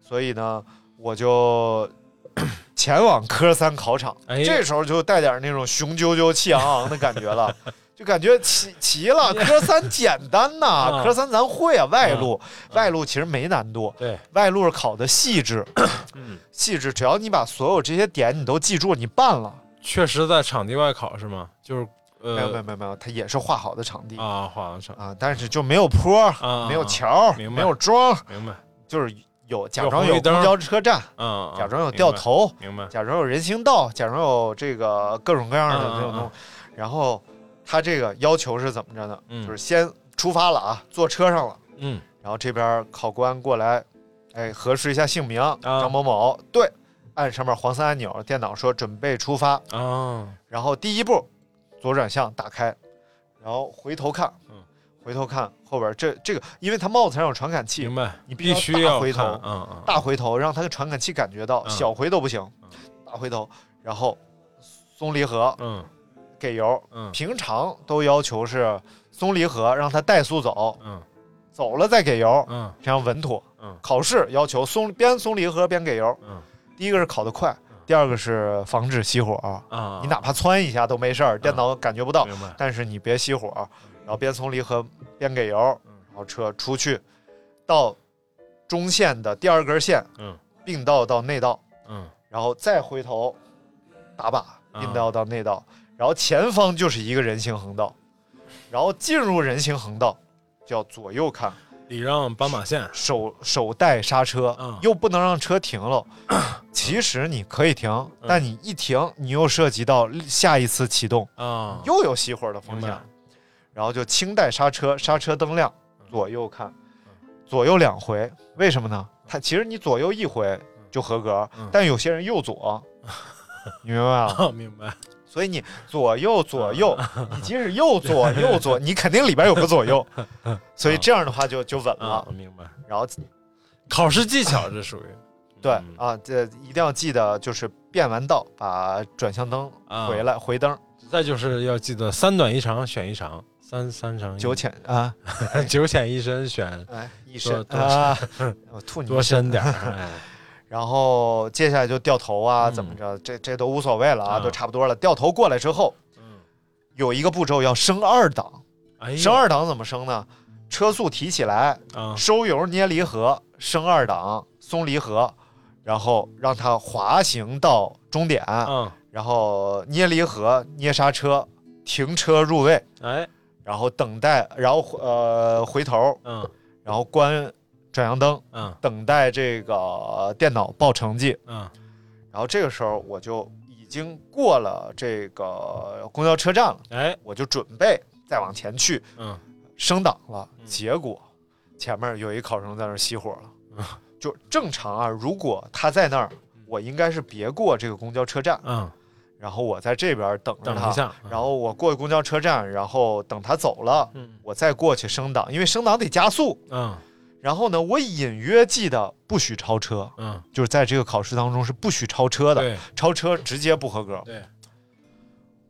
Speaker 1: 所以呢，我就 前往科三考场。
Speaker 2: 哎
Speaker 1: 这时候就带点那种雄赳赳、气昂昂的感觉 了，就感觉齐齐了。
Speaker 2: 哎
Speaker 1: 科三简单 呐、
Speaker 2: 嗯
Speaker 1: 科三咱会啊，外路、外路其实没难度，
Speaker 2: 对，
Speaker 1: 外路是考的细致，
Speaker 2: 嗯
Speaker 1: 细致。只要你把所有这些点你都记住，你办了。
Speaker 2: 确实在场地外考是吗？就是
Speaker 1: 没有没有
Speaker 2: 呃
Speaker 1: 没有没有，它也是画好的场地啊
Speaker 2: 啊，画廊场，
Speaker 1: 但是就没有坡，
Speaker 2: 啊
Speaker 1: 没有桥，
Speaker 2: 明
Speaker 1: 没
Speaker 2: 白
Speaker 1: 有桩，
Speaker 2: 明白，
Speaker 1: 就是有假
Speaker 2: 有
Speaker 1: 装
Speaker 2: 红
Speaker 1: 有
Speaker 2: 绿灯
Speaker 1: 公交车站，
Speaker 2: 嗯，嗯
Speaker 1: 假装有掉，头。
Speaker 2: 明白明白，
Speaker 1: 假装有人行道，假装有这个各种各样的
Speaker 2: 嗯嗯
Speaker 1: 这种东西
Speaker 2: 嗯。
Speaker 1: 然后他这个要求是怎么着呢？
Speaker 2: 嗯
Speaker 1: 就是先出发了啊，坐车上了，
Speaker 2: 嗯，
Speaker 1: 然后这边考官过来，哎，核实一下姓名，
Speaker 2: 啊
Speaker 1: 张某某，对，按上面黄色按钮，电脑说准备出发，
Speaker 2: 啊，
Speaker 1: 然后第一步左转向打开，然后回头看，
Speaker 2: 嗯
Speaker 1: 回头看后边这这个，因为他帽子上有传感器
Speaker 2: 明，白，
Speaker 1: 你必
Speaker 2: 必
Speaker 1: 须
Speaker 2: 须要
Speaker 1: 大回头
Speaker 2: 看嗯嗯，
Speaker 1: 大回头，让他的传感器感觉到，
Speaker 2: 嗯
Speaker 1: 小回头不行，大回头，然后松离合
Speaker 2: 嗯
Speaker 1: 给油，
Speaker 2: 嗯
Speaker 1: 平常都要求是松离合，让他怠速走，
Speaker 2: 嗯
Speaker 1: 走了再给油，
Speaker 2: 嗯
Speaker 1: 这样稳妥。
Speaker 2: 嗯
Speaker 1: 考试要求松边松离合边给油，
Speaker 2: 嗯
Speaker 1: 第一个是考得快，第二个是防止熄火，
Speaker 2: 啊，嗯
Speaker 1: 你哪怕窜一下都没事儿，电脑感觉不到，
Speaker 2: 明白，嗯
Speaker 1: 但是你别熄火，然后边松离合边给油，然后车出去到中线的第二根线，
Speaker 2: 嗯
Speaker 1: 并道到内道，
Speaker 2: 嗯
Speaker 1: 然后再回头打靶，
Speaker 2: 啊
Speaker 1: 并道到内道，然后前方就是一个人行横道，然后进入人行横道就要左右看，
Speaker 2: 礼让斑马线，
Speaker 1: 手手带刹车，
Speaker 2: 嗯
Speaker 1: 又不能让车停 了。其实你可以停，
Speaker 2: 嗯
Speaker 1: 但你一停，你又涉及到下一次启动，
Speaker 2: 啊，
Speaker 1: 又有熄火的风
Speaker 2: 明
Speaker 1: 险
Speaker 2: 白，
Speaker 1: 然后就轻带刹车，刹车灯亮，
Speaker 2: 嗯
Speaker 1: 左右看，左右两回，为什么呢？它其实你左右一回就合格，
Speaker 2: 嗯
Speaker 1: 但有些人右 左，你明白吗？
Speaker 2: 啊，明白，
Speaker 1: 所以你左右左 右，你即使右左右左，你肯定里边有个左 右，所
Speaker 2: 嗯
Speaker 1: 以这样的话就就稳
Speaker 2: 啊
Speaker 1: 了，。
Speaker 2: 明白，
Speaker 1: 然后
Speaker 2: 考试技巧这属于，
Speaker 1: 对
Speaker 2: 嗯
Speaker 1: 啊，这一定要记得，就是变完道把转向灯
Speaker 2: 啊
Speaker 1: 回来回灯，
Speaker 2: 再就是要记得三短一长选一长，三三长一
Speaker 1: 九浅啊，
Speaker 2: 九浅一深 选
Speaker 1: 哎，一身
Speaker 2: 多
Speaker 1: 啊，我吐你
Speaker 2: 多
Speaker 1: 一身
Speaker 2: 深 点儿，哎
Speaker 1: 然后接下来就掉头啊，
Speaker 2: 嗯
Speaker 1: 怎么着，这这都无所谓了啊，
Speaker 2: 嗯
Speaker 1: 都差不多了。掉头过来之后，
Speaker 2: 嗯
Speaker 1: 有一个步骤要升二档，
Speaker 2: 哎呦，
Speaker 1: 升二档怎么升呢？车速提起来，
Speaker 2: 啊，
Speaker 1: 收油捏离合，升二档，松离合，然后让它滑行到终点，
Speaker 2: 嗯，
Speaker 1: 然后捏离合，捏刹车，停车入位，
Speaker 2: 哎，
Speaker 1: 然后等待，然后呃回头，
Speaker 2: 嗯
Speaker 1: 然后关转向灯，
Speaker 2: 嗯
Speaker 1: 等待这个电脑报成绩。
Speaker 2: 嗯
Speaker 1: 然后这个时候我就已经过了这个公交车站了，
Speaker 2: 哎，
Speaker 1: 我就准备再往前去
Speaker 2: 嗯
Speaker 1: 升档了。
Speaker 2: 嗯
Speaker 1: 结果前面有一考生在那儿熄火
Speaker 2: 嗯
Speaker 1: 了， 就正常啊，如果他在那儿，我应该是别过这个公交车站，
Speaker 2: 嗯，
Speaker 1: 然后我在这边等着
Speaker 2: 等
Speaker 1: 他，
Speaker 2: 一下，
Speaker 1: 然后我过公交车站，然后等他走了，
Speaker 2: 嗯
Speaker 1: 我再过去升档，因为升档得加速。
Speaker 2: 嗯
Speaker 1: 然后呢，我隐约记得不许超车，
Speaker 2: 嗯，
Speaker 1: 就是在这个考试当中是不许超车的。
Speaker 2: 对
Speaker 1: 超车直接不合格。
Speaker 2: 对，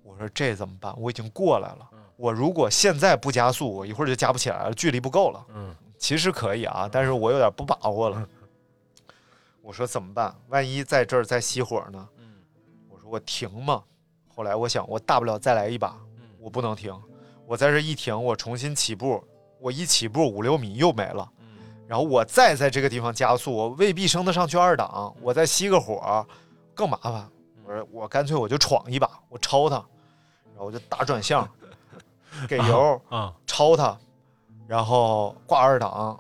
Speaker 1: 我说这怎么办？我已经过来了
Speaker 2: 嗯，
Speaker 1: 我如果现在不加速，我一会儿就加不起来了，距离不够了。
Speaker 2: 嗯
Speaker 1: 其实可以啊，但是我有点不把握了。我说怎么办？万一在这儿再熄火呢？
Speaker 2: 嗯
Speaker 1: 我说我停嘛。后来我想，我大不了再来一把，
Speaker 2: 嗯
Speaker 1: 我不能停。我在这一停，我重新起步，我一起步五六米又没了。
Speaker 2: 嗯
Speaker 1: 然后我再在这个地方加速，我未必升得上去二档，我再熄个火，更麻
Speaker 2: 嗯
Speaker 1: 烦。我说我干脆我就闯一把，我超他，然后我就打转向，给油，
Speaker 2: 啊，
Speaker 1: 超它，然后挂二档，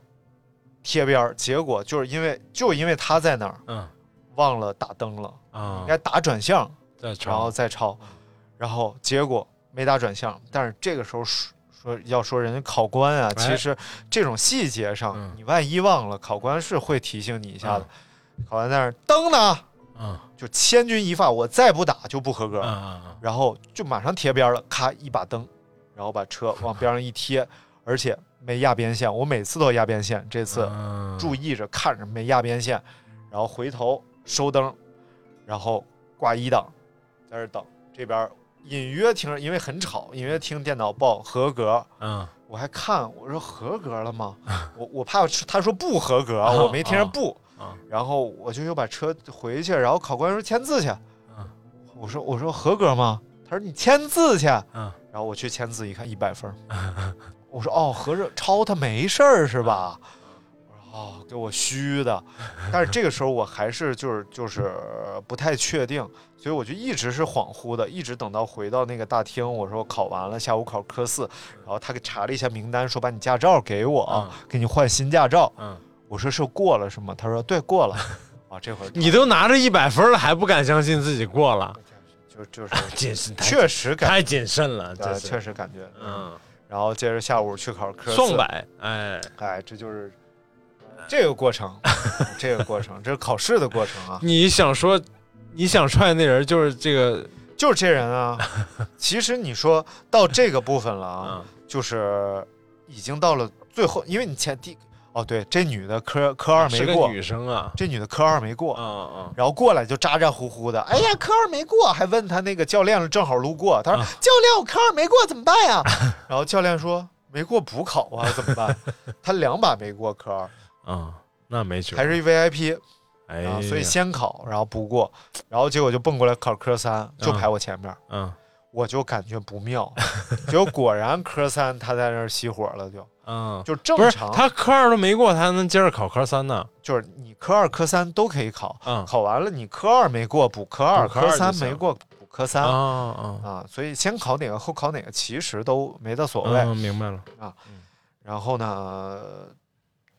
Speaker 1: 贴边儿。结果就是因为就因为他在那儿
Speaker 2: 嗯
Speaker 1: 忘了打灯了，
Speaker 2: 啊
Speaker 1: 应，该打转向，
Speaker 2: 再
Speaker 1: 然后
Speaker 2: 抄，
Speaker 1: 再超，然后结果没打转向。但是这个时候说说要说人家考官啊，
Speaker 2: 哎
Speaker 1: 其实这种细节上，
Speaker 2: 嗯
Speaker 1: 你万一忘了，考官是会提醒你一下的。考官在那儿灯呢，
Speaker 2: 嗯
Speaker 1: 就千钧一发，我再不打就不合格。
Speaker 2: 嗯嗯
Speaker 1: 然后就马上贴边了，咔一把灯，然后把车往边上一贴，而且没压边线。我每次都压边线，这次
Speaker 2: 嗯，
Speaker 1: 注意着看着没压边线，然后回头收灯，然后挂一档，在这儿等。这边隐约听着，因为很吵，隐约听电脑报合格。
Speaker 2: 嗯
Speaker 1: 我还看，我说合格了吗？我我怕他说不合格，我没听着不
Speaker 2: 啊。
Speaker 1: 然后我就又把车回去，然后考官说签字
Speaker 2: 啊
Speaker 1: 去。我说我说合格吗？他说你签字去。
Speaker 2: 嗯
Speaker 1: 然后我去签字一看一百分儿，我说哦，合着抄他没事儿是吧？我说哦，给我虚的。但是这个时候我还是就是就是呃不太确定，所以我就一直是恍惚的，一直等到回到那个大厅，我说我考完了，下午考科四，然后他给查了一下名单，说把你驾照给我，
Speaker 2: 嗯
Speaker 1: 给你换新驾照。
Speaker 2: 嗯，
Speaker 1: 我说是过了是吗？他说对，过 了。啊，这会儿
Speaker 2: 你都拿着一百分了，还不敢相信自己过了，
Speaker 1: 就就是
Speaker 2: 谨慎太
Speaker 1: 确实感
Speaker 2: 太谨慎 了，
Speaker 1: 觉，
Speaker 2: 这
Speaker 1: 呃
Speaker 2: 是
Speaker 1: 确实感觉，
Speaker 2: 嗯，
Speaker 1: 然后接着下午去考科四，
Speaker 2: 送百，哎，
Speaker 1: 哎，这就是这个过程，这个过程，这是考试的过程啊，
Speaker 2: 你想说，你想踹那人就是这个，
Speaker 1: 就是这人 啊。其实你说到这个部分了啊，
Speaker 2: 嗯
Speaker 1: 就是已经到了最后，因为你前第哦，对，这女的科科二
Speaker 2: 是
Speaker 1: 没
Speaker 2: 个
Speaker 1: 过，
Speaker 2: 女生啊，
Speaker 1: 这女的科二没过。
Speaker 2: 嗯嗯，
Speaker 1: 然后过来就咋咋呼呼的，哎呀，科二没过，还问他那个教练正好路过，他说、
Speaker 2: 嗯
Speaker 1: 教练，我科二没过怎么办呀？ 然后教练说没过补考啊，怎么办？ 他两把没过科二，
Speaker 2: 嗯，那没辙，
Speaker 1: 还是一 VIP，
Speaker 2: 哎
Speaker 1: 然
Speaker 2: 呀，
Speaker 1: 后所以先考，然后不过，然后结果就蹦过来考科三，就排我前面，
Speaker 2: 嗯
Speaker 1: 我就感觉不妙，结果果然科三他在那儿熄火了就，
Speaker 2: 嗯，
Speaker 1: 就正
Speaker 2: 不是
Speaker 1: 常，
Speaker 2: 他科二都没过，他还能接着考科三呢，
Speaker 1: 就是你科二科三都可以考，
Speaker 2: 嗯
Speaker 1: 考完了你科二没过补科二，
Speaker 2: 补科二就
Speaker 1: 三
Speaker 2: 行
Speaker 1: 没过补科三。
Speaker 2: 啊啊，
Speaker 1: 啊，所以先考哪个后考哪个，其实都没得所谓。
Speaker 2: 嗯，明白了，
Speaker 1: 然后呢，呃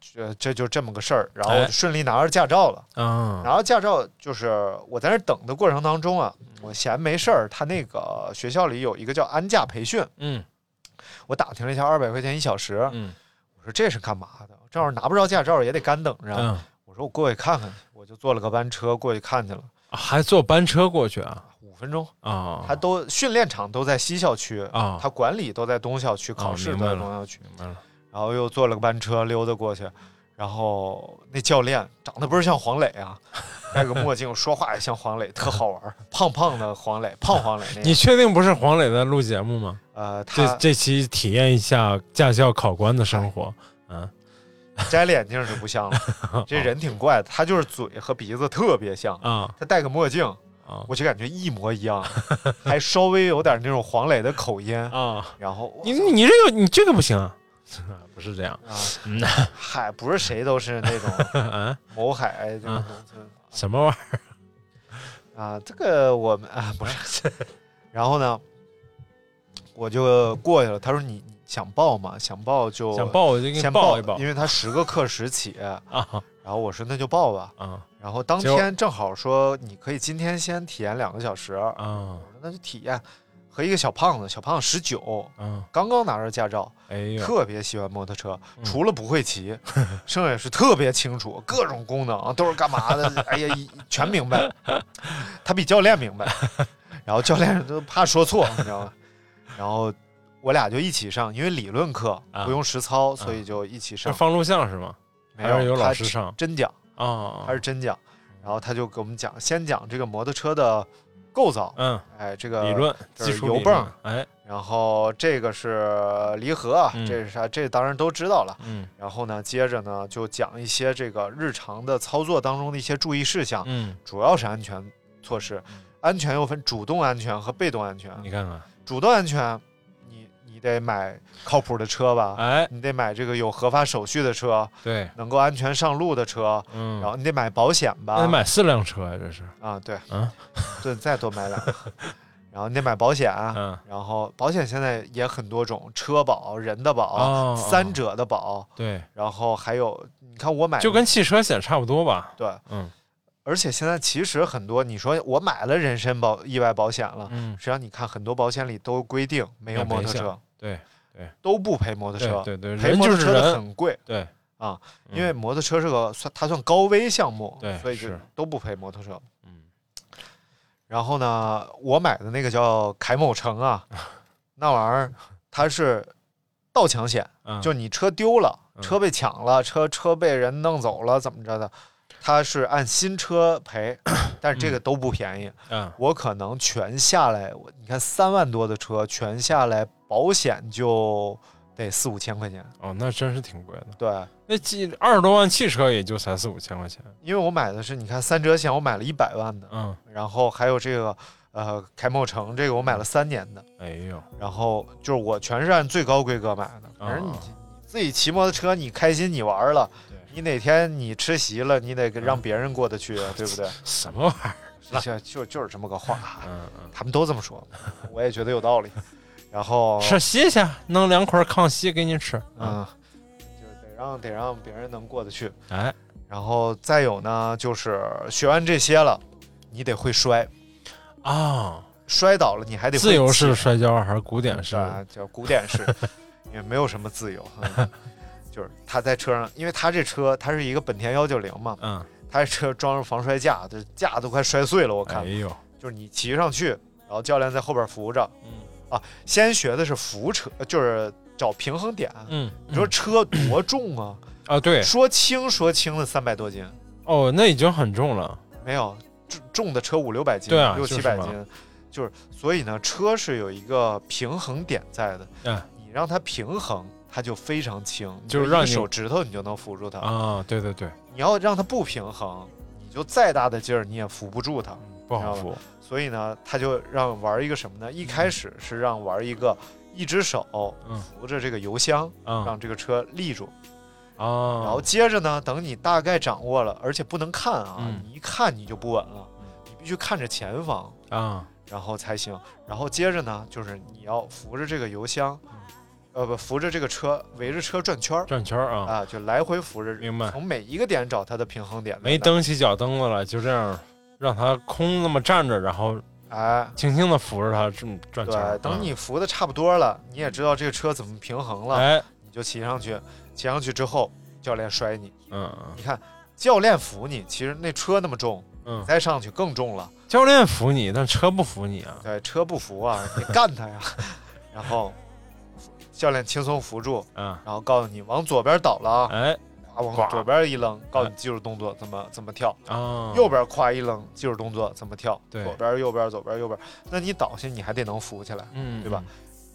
Speaker 1: 这这就这么个事儿，然后
Speaker 2: 哎
Speaker 1: 顺利拿着驾照了。
Speaker 2: 嗯
Speaker 1: 然后驾照就是我在那儿等的过程当中啊，我闲没事儿，他那个学校里有一个叫安驾培训，
Speaker 2: 嗯
Speaker 1: 我打听了一下，二百块钱一小时。
Speaker 2: 嗯
Speaker 1: 我说这是干嘛的？正好拿不着驾照也得干等着。
Speaker 2: 嗯，
Speaker 1: 我说我过去看看去，我就坐了个班车过去看去了，
Speaker 2: 啊还坐班车过去啊
Speaker 1: 五分钟。
Speaker 2: 啊，
Speaker 1: 他都训练场都在西校区
Speaker 2: 啊
Speaker 1: 他管理都在东校区，考
Speaker 2: 啊
Speaker 1: 试
Speaker 2: 明
Speaker 1: 都在
Speaker 2: 白了
Speaker 1: 东校区。
Speaker 2: 明白了，
Speaker 1: 然后又坐了个班车溜达过去，然后那教练长得不是像黄磊 啊，戴个墨镜，说话也像黄磊，特好玩儿，胖胖的黄磊，胖黄磊那
Speaker 2: 你
Speaker 1: 个。
Speaker 2: 确定不是黄磊在录节目吗？
Speaker 1: 呃，
Speaker 2: 这
Speaker 1: 他
Speaker 2: 这期体验一下驾校考官的生活，嗯
Speaker 1: 摘了眼镜就不像 了，这人挺怪的，他就是嘴和鼻子特别像，
Speaker 2: 啊
Speaker 1: 他戴个墨镜，
Speaker 2: 啊
Speaker 1: 我就感觉一模一样，还稍微有点那种黄磊的口音。
Speaker 2: 啊！
Speaker 1: 然后
Speaker 2: 你你这个你这个不行啊， 不是这样，
Speaker 1: 啊
Speaker 2: 嗯，
Speaker 1: 嗨，不是谁都是那种
Speaker 2: 嗯，
Speaker 1: 某海这种这种
Speaker 2: 什么玩意
Speaker 1: 啊，这个我们啊不是， 然后呢，我就过去了。他说你你想报吗？想报就
Speaker 2: 儿？想报我就给你
Speaker 1: 先
Speaker 2: 报一报
Speaker 1: 因为他十个课时起。
Speaker 2: 啊
Speaker 1: 然后我说那就报吧。
Speaker 2: 啊
Speaker 1: 然后当
Speaker 2: 结果
Speaker 1: 天正好说你可以今天先体验两个小时，我
Speaker 2: 啊
Speaker 1: 说那就体验。和一个小胖子，小胖子十九，
Speaker 2: 啊！
Speaker 1: 刚刚拿着驾照，
Speaker 2: 哎呦，
Speaker 1: 特别喜欢摩托车，
Speaker 2: 嗯
Speaker 1: 除了不会 骑，剩下是特别清楚各种功能啊都是干嘛 的，哎呀，一全明白。他比教练 明白，然后教练都怕说错，你知道吗？然后我俩就一起上，因为理论课
Speaker 2: 啊
Speaker 1: 不用实操，所以就一起
Speaker 2: 是
Speaker 1: 上。
Speaker 2: 放录像是吗？
Speaker 1: 没
Speaker 2: 还是有老
Speaker 1: 他
Speaker 2: 师上
Speaker 1: 真讲，
Speaker 2: 啊，
Speaker 1: 他是真讲，然后他就给我们讲，先讲这个摩托车的构造，
Speaker 2: 嗯，
Speaker 1: 哎，这个
Speaker 2: 理论
Speaker 1: 就是
Speaker 2: 技术
Speaker 1: 油
Speaker 2: 理论
Speaker 1: 泵，
Speaker 2: 哎，
Speaker 1: 然后这个是离合，啊
Speaker 2: 嗯
Speaker 1: 这是啥？这当然都知道了。
Speaker 2: 嗯
Speaker 1: 然后呢，接着呢就讲一些这个日常的操作当中的一些注意事项，
Speaker 2: 嗯，
Speaker 1: 主要是安全措施。安全又分主动安全和被动安全。
Speaker 2: 你看看，
Speaker 1: 主动安全，你你得买靠谱的车吧，
Speaker 2: 哎，
Speaker 1: 你得买这个有合法手续的车，
Speaker 2: 对，
Speaker 1: 能够安全上路的车，
Speaker 2: 嗯，
Speaker 1: 然后你得买保险吧。
Speaker 2: 啊那得买四辆车呀，这是
Speaker 1: 啊，对，
Speaker 2: 啊，
Speaker 1: 对，再多买两个。然后你得买保险，
Speaker 2: 嗯
Speaker 1: 然后保险现在也很多种，车保、人的保、
Speaker 2: 哦
Speaker 1: 三者的保，
Speaker 2: 对，
Speaker 1: 然后还有你看我买
Speaker 2: 就跟汽车险差不多吧。
Speaker 1: 对，
Speaker 2: 嗯
Speaker 1: 而且现在其实很多，你说我买了人身保意外保险了，
Speaker 2: 嗯，
Speaker 1: 实际上你看很多保险里都规定没有
Speaker 2: 要
Speaker 1: 摩
Speaker 2: 赔
Speaker 1: 托
Speaker 2: 项
Speaker 1: 车，
Speaker 2: 对
Speaker 1: 都不赔摩托车，
Speaker 2: 对对对
Speaker 1: 赔
Speaker 2: 人
Speaker 1: 摩托
Speaker 2: 就是
Speaker 1: 车的
Speaker 2: 人
Speaker 1: 很贵，
Speaker 2: 对，嗯
Speaker 1: 因为摩托车是个算它算高危项目，
Speaker 2: 对
Speaker 1: 所以就是都不赔摩托车。
Speaker 2: 嗯
Speaker 1: 然后呢，我买的那个叫凯某城 啊，那玩意儿它是盗抢险，
Speaker 2: 嗯，
Speaker 1: 就你车丢了、
Speaker 2: 嗯
Speaker 1: 车被抢了、车车被人弄走了，怎么着的，它是按新车 赔，但是这个都不便宜。
Speaker 2: 嗯
Speaker 1: 我可能全下来，我你看三万多的车全下来，保险就得四五千块钱。
Speaker 2: 哦，那真是挺贵的。
Speaker 1: 对，
Speaker 2: 那几二十多万汽车也就才四五千块钱。
Speaker 1: 因为我买的是你看三者险，我买了一百万的，
Speaker 2: 嗯，
Speaker 1: 然后还有这个呃凯某城这个我买了三年的，
Speaker 2: 哎呦，
Speaker 1: 然后就是我全是按最高规格买的，反正你
Speaker 2: 啊
Speaker 1: 你自己骑摩托车你开心你玩了
Speaker 2: 对，嗯
Speaker 1: 你哪天你吃席了，你得给让别人过得 去，对不对？
Speaker 2: 什么玩意儿？
Speaker 1: 就就就是这么个话，
Speaker 2: 嗯嗯，
Speaker 1: 他们都这么说，我也觉得有道 理。然后
Speaker 2: 吃西去，啊弄两捆康熙给你吃。嗯，
Speaker 1: 哦嗯，就是得让得让别人能过得去。
Speaker 2: 哎，
Speaker 1: 然后再有呢，就是学完这些了，你得会摔，
Speaker 2: 啊，
Speaker 1: 摔倒了你还得会
Speaker 2: 自由
Speaker 1: 起
Speaker 2: 式摔跤还是古典式？
Speaker 1: 啊，叫古典式，也没有什么自由。嗯就是他在车上，因为他这车他是一个本田幺九零嘛，
Speaker 2: 嗯，
Speaker 1: 他这车装上防摔架，这架都快摔碎了，我看。
Speaker 2: 哎呦，
Speaker 1: 就是你骑上去，然后教练在后边扶着。
Speaker 2: 嗯
Speaker 1: 先学的是扶车，就是找平衡点。啊
Speaker 2: 嗯，
Speaker 1: 你说车多重啊？
Speaker 2: 啊，对，
Speaker 1: 说轻说轻的三百多斤，
Speaker 2: 哦，那已经很重了。
Speaker 1: 没有重重的车五六百斤，
Speaker 2: 对啊
Speaker 1: 六
Speaker 2: 就
Speaker 1: 七
Speaker 2: 是
Speaker 1: 百
Speaker 2: 嘛
Speaker 1: 斤，就是所以呢，车是有一个平衡点在的，
Speaker 2: 嗯
Speaker 1: 你让它平衡，它就非常轻，你
Speaker 2: 就是
Speaker 1: 一
Speaker 2: 让
Speaker 1: 个
Speaker 2: 你
Speaker 1: 手指头你就能扶住它，
Speaker 2: 啊，对对对，
Speaker 1: 你要让它不平衡，你就再大的劲儿你也扶不住它，
Speaker 2: 不好扶。
Speaker 1: 所以呢，他就让玩一个什么呢？一开始是让玩一个一只手
Speaker 2: 嗯
Speaker 1: 扶着这个油箱，
Speaker 2: 嗯
Speaker 1: 让这个车立住，
Speaker 2: 啊，
Speaker 1: 然后接着呢，等你大概掌握了，而且不能看啊，
Speaker 2: 嗯
Speaker 1: 你一看你就不稳了，你必须看着前方，
Speaker 2: 啊，
Speaker 1: 然后才行。然后接着呢，就是你要扶着这个油箱，
Speaker 2: 嗯
Speaker 1: 呃不，扶着这个车，围着车转圈儿
Speaker 2: 转圈儿啊，
Speaker 1: 啊，就来回扶着，
Speaker 2: 明白
Speaker 1: 从每一个点找它的平衡点。
Speaker 2: 没，蹬起脚蹬子了，就这样让它空那么站着，然后
Speaker 1: 哎，
Speaker 2: 轻轻的扶着它这么转圈儿。
Speaker 1: 对，等
Speaker 2: 嗯
Speaker 1: 你扶的差不多了，你也知道这个车怎么平衡了，
Speaker 2: 哎，
Speaker 1: 你就骑上去，骑上去之后，教练摔你，
Speaker 2: 嗯
Speaker 1: 你看教练扶你，其实那车那么重，
Speaker 2: 嗯
Speaker 1: 你再上去更重了。
Speaker 2: 嗯，教练扶你，但车不扶你啊。
Speaker 1: 对，车不扶啊，你干他 呀。然后教练轻松扶住，
Speaker 2: 啊，
Speaker 1: 然后告诉你往左边倒了啊，
Speaker 2: 哎
Speaker 1: 啊往左边一扔，告
Speaker 2: 嗯
Speaker 1: 诉你技术动作怎么怎么跳，
Speaker 2: 啊，
Speaker 1: 右边夸一扔，技术动作怎么跳，
Speaker 2: 对
Speaker 1: 左边右边左边右边，那你倒下你还得能扶起来，
Speaker 2: 嗯，
Speaker 1: 对吧？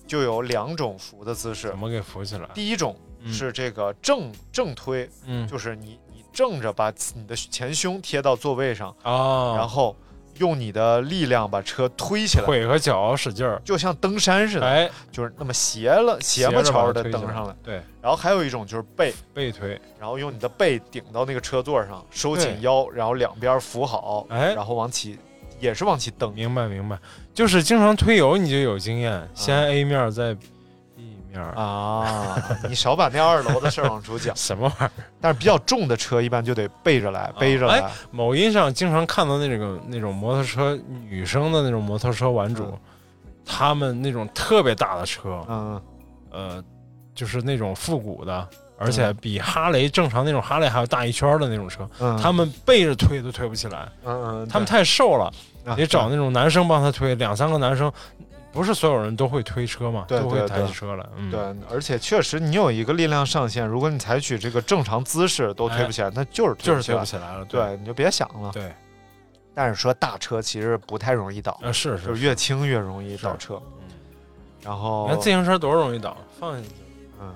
Speaker 1: 就有两种扶的姿势
Speaker 2: 怎，么给扶起来？
Speaker 1: 第一种
Speaker 2: 嗯
Speaker 1: 是这个正正推，
Speaker 2: 嗯
Speaker 1: 就是你你正着把你的前胸贴到座位上，
Speaker 2: 啊，
Speaker 1: 然后用你的力量把车推起来，
Speaker 2: 腿和脚使劲儿，
Speaker 1: 就像登山似的。
Speaker 2: 哎，
Speaker 1: 就是那么斜了斜
Speaker 2: 着
Speaker 1: 巴
Speaker 2: 把
Speaker 1: 朝
Speaker 2: 它
Speaker 1: 的
Speaker 2: 推
Speaker 1: 蹬
Speaker 2: 起
Speaker 1: 上来。，
Speaker 2: 对，
Speaker 1: 然后还有一种就是背，
Speaker 2: 背推，
Speaker 1: 然后用你的背顶到那个车座上，收
Speaker 2: 对
Speaker 1: 紧腰，然后两边扶好，
Speaker 2: 哎
Speaker 1: 然后往起也是往起蹬。
Speaker 2: 明白明白，就是经常推油你就有经验，先 A 面儿再 B 面儿，。
Speaker 1: 啊，你少把那二楼的事儿往出讲
Speaker 2: 什么玩意儿？
Speaker 1: 但是比较重的车一般就得背着
Speaker 2: 啊
Speaker 1: 来，背着来。
Speaker 2: 某音上经常看到那种那种摩托车女生的那种摩托车玩主
Speaker 1: 嗯，
Speaker 2: 他们那种特别大的车，
Speaker 1: 嗯，
Speaker 2: 呃，就是那种复古的，而且比哈雷正常那种哈雷还要大一圈儿的那种车，
Speaker 1: 嗯
Speaker 2: 他们背着推都推不起来，
Speaker 1: 嗯嗯，啊
Speaker 2: 他们太瘦了，
Speaker 1: 太
Speaker 2: 得找那种男生帮他推，两三个男生，不是所有人都会推车嘛，
Speaker 1: 对
Speaker 2: 都会
Speaker 1: 对
Speaker 2: 抬
Speaker 1: 对
Speaker 2: 起车来，嗯，
Speaker 1: 对，而且确实你有一个力量上限，如果你采取这个正常姿势都推不起来，那就是推
Speaker 2: 就是
Speaker 1: 不起
Speaker 2: 推不
Speaker 1: 来。
Speaker 2: 起来了，
Speaker 1: 对，你就别想了。
Speaker 2: 对，
Speaker 1: 但是说大车其实不太容易倒。
Speaker 2: 啊是，
Speaker 1: 就是是越轻越容易倒
Speaker 2: 是
Speaker 1: 车。
Speaker 2: 嗯
Speaker 1: 然后
Speaker 2: 你，看自行车多容易倒，放下去
Speaker 1: 嗯，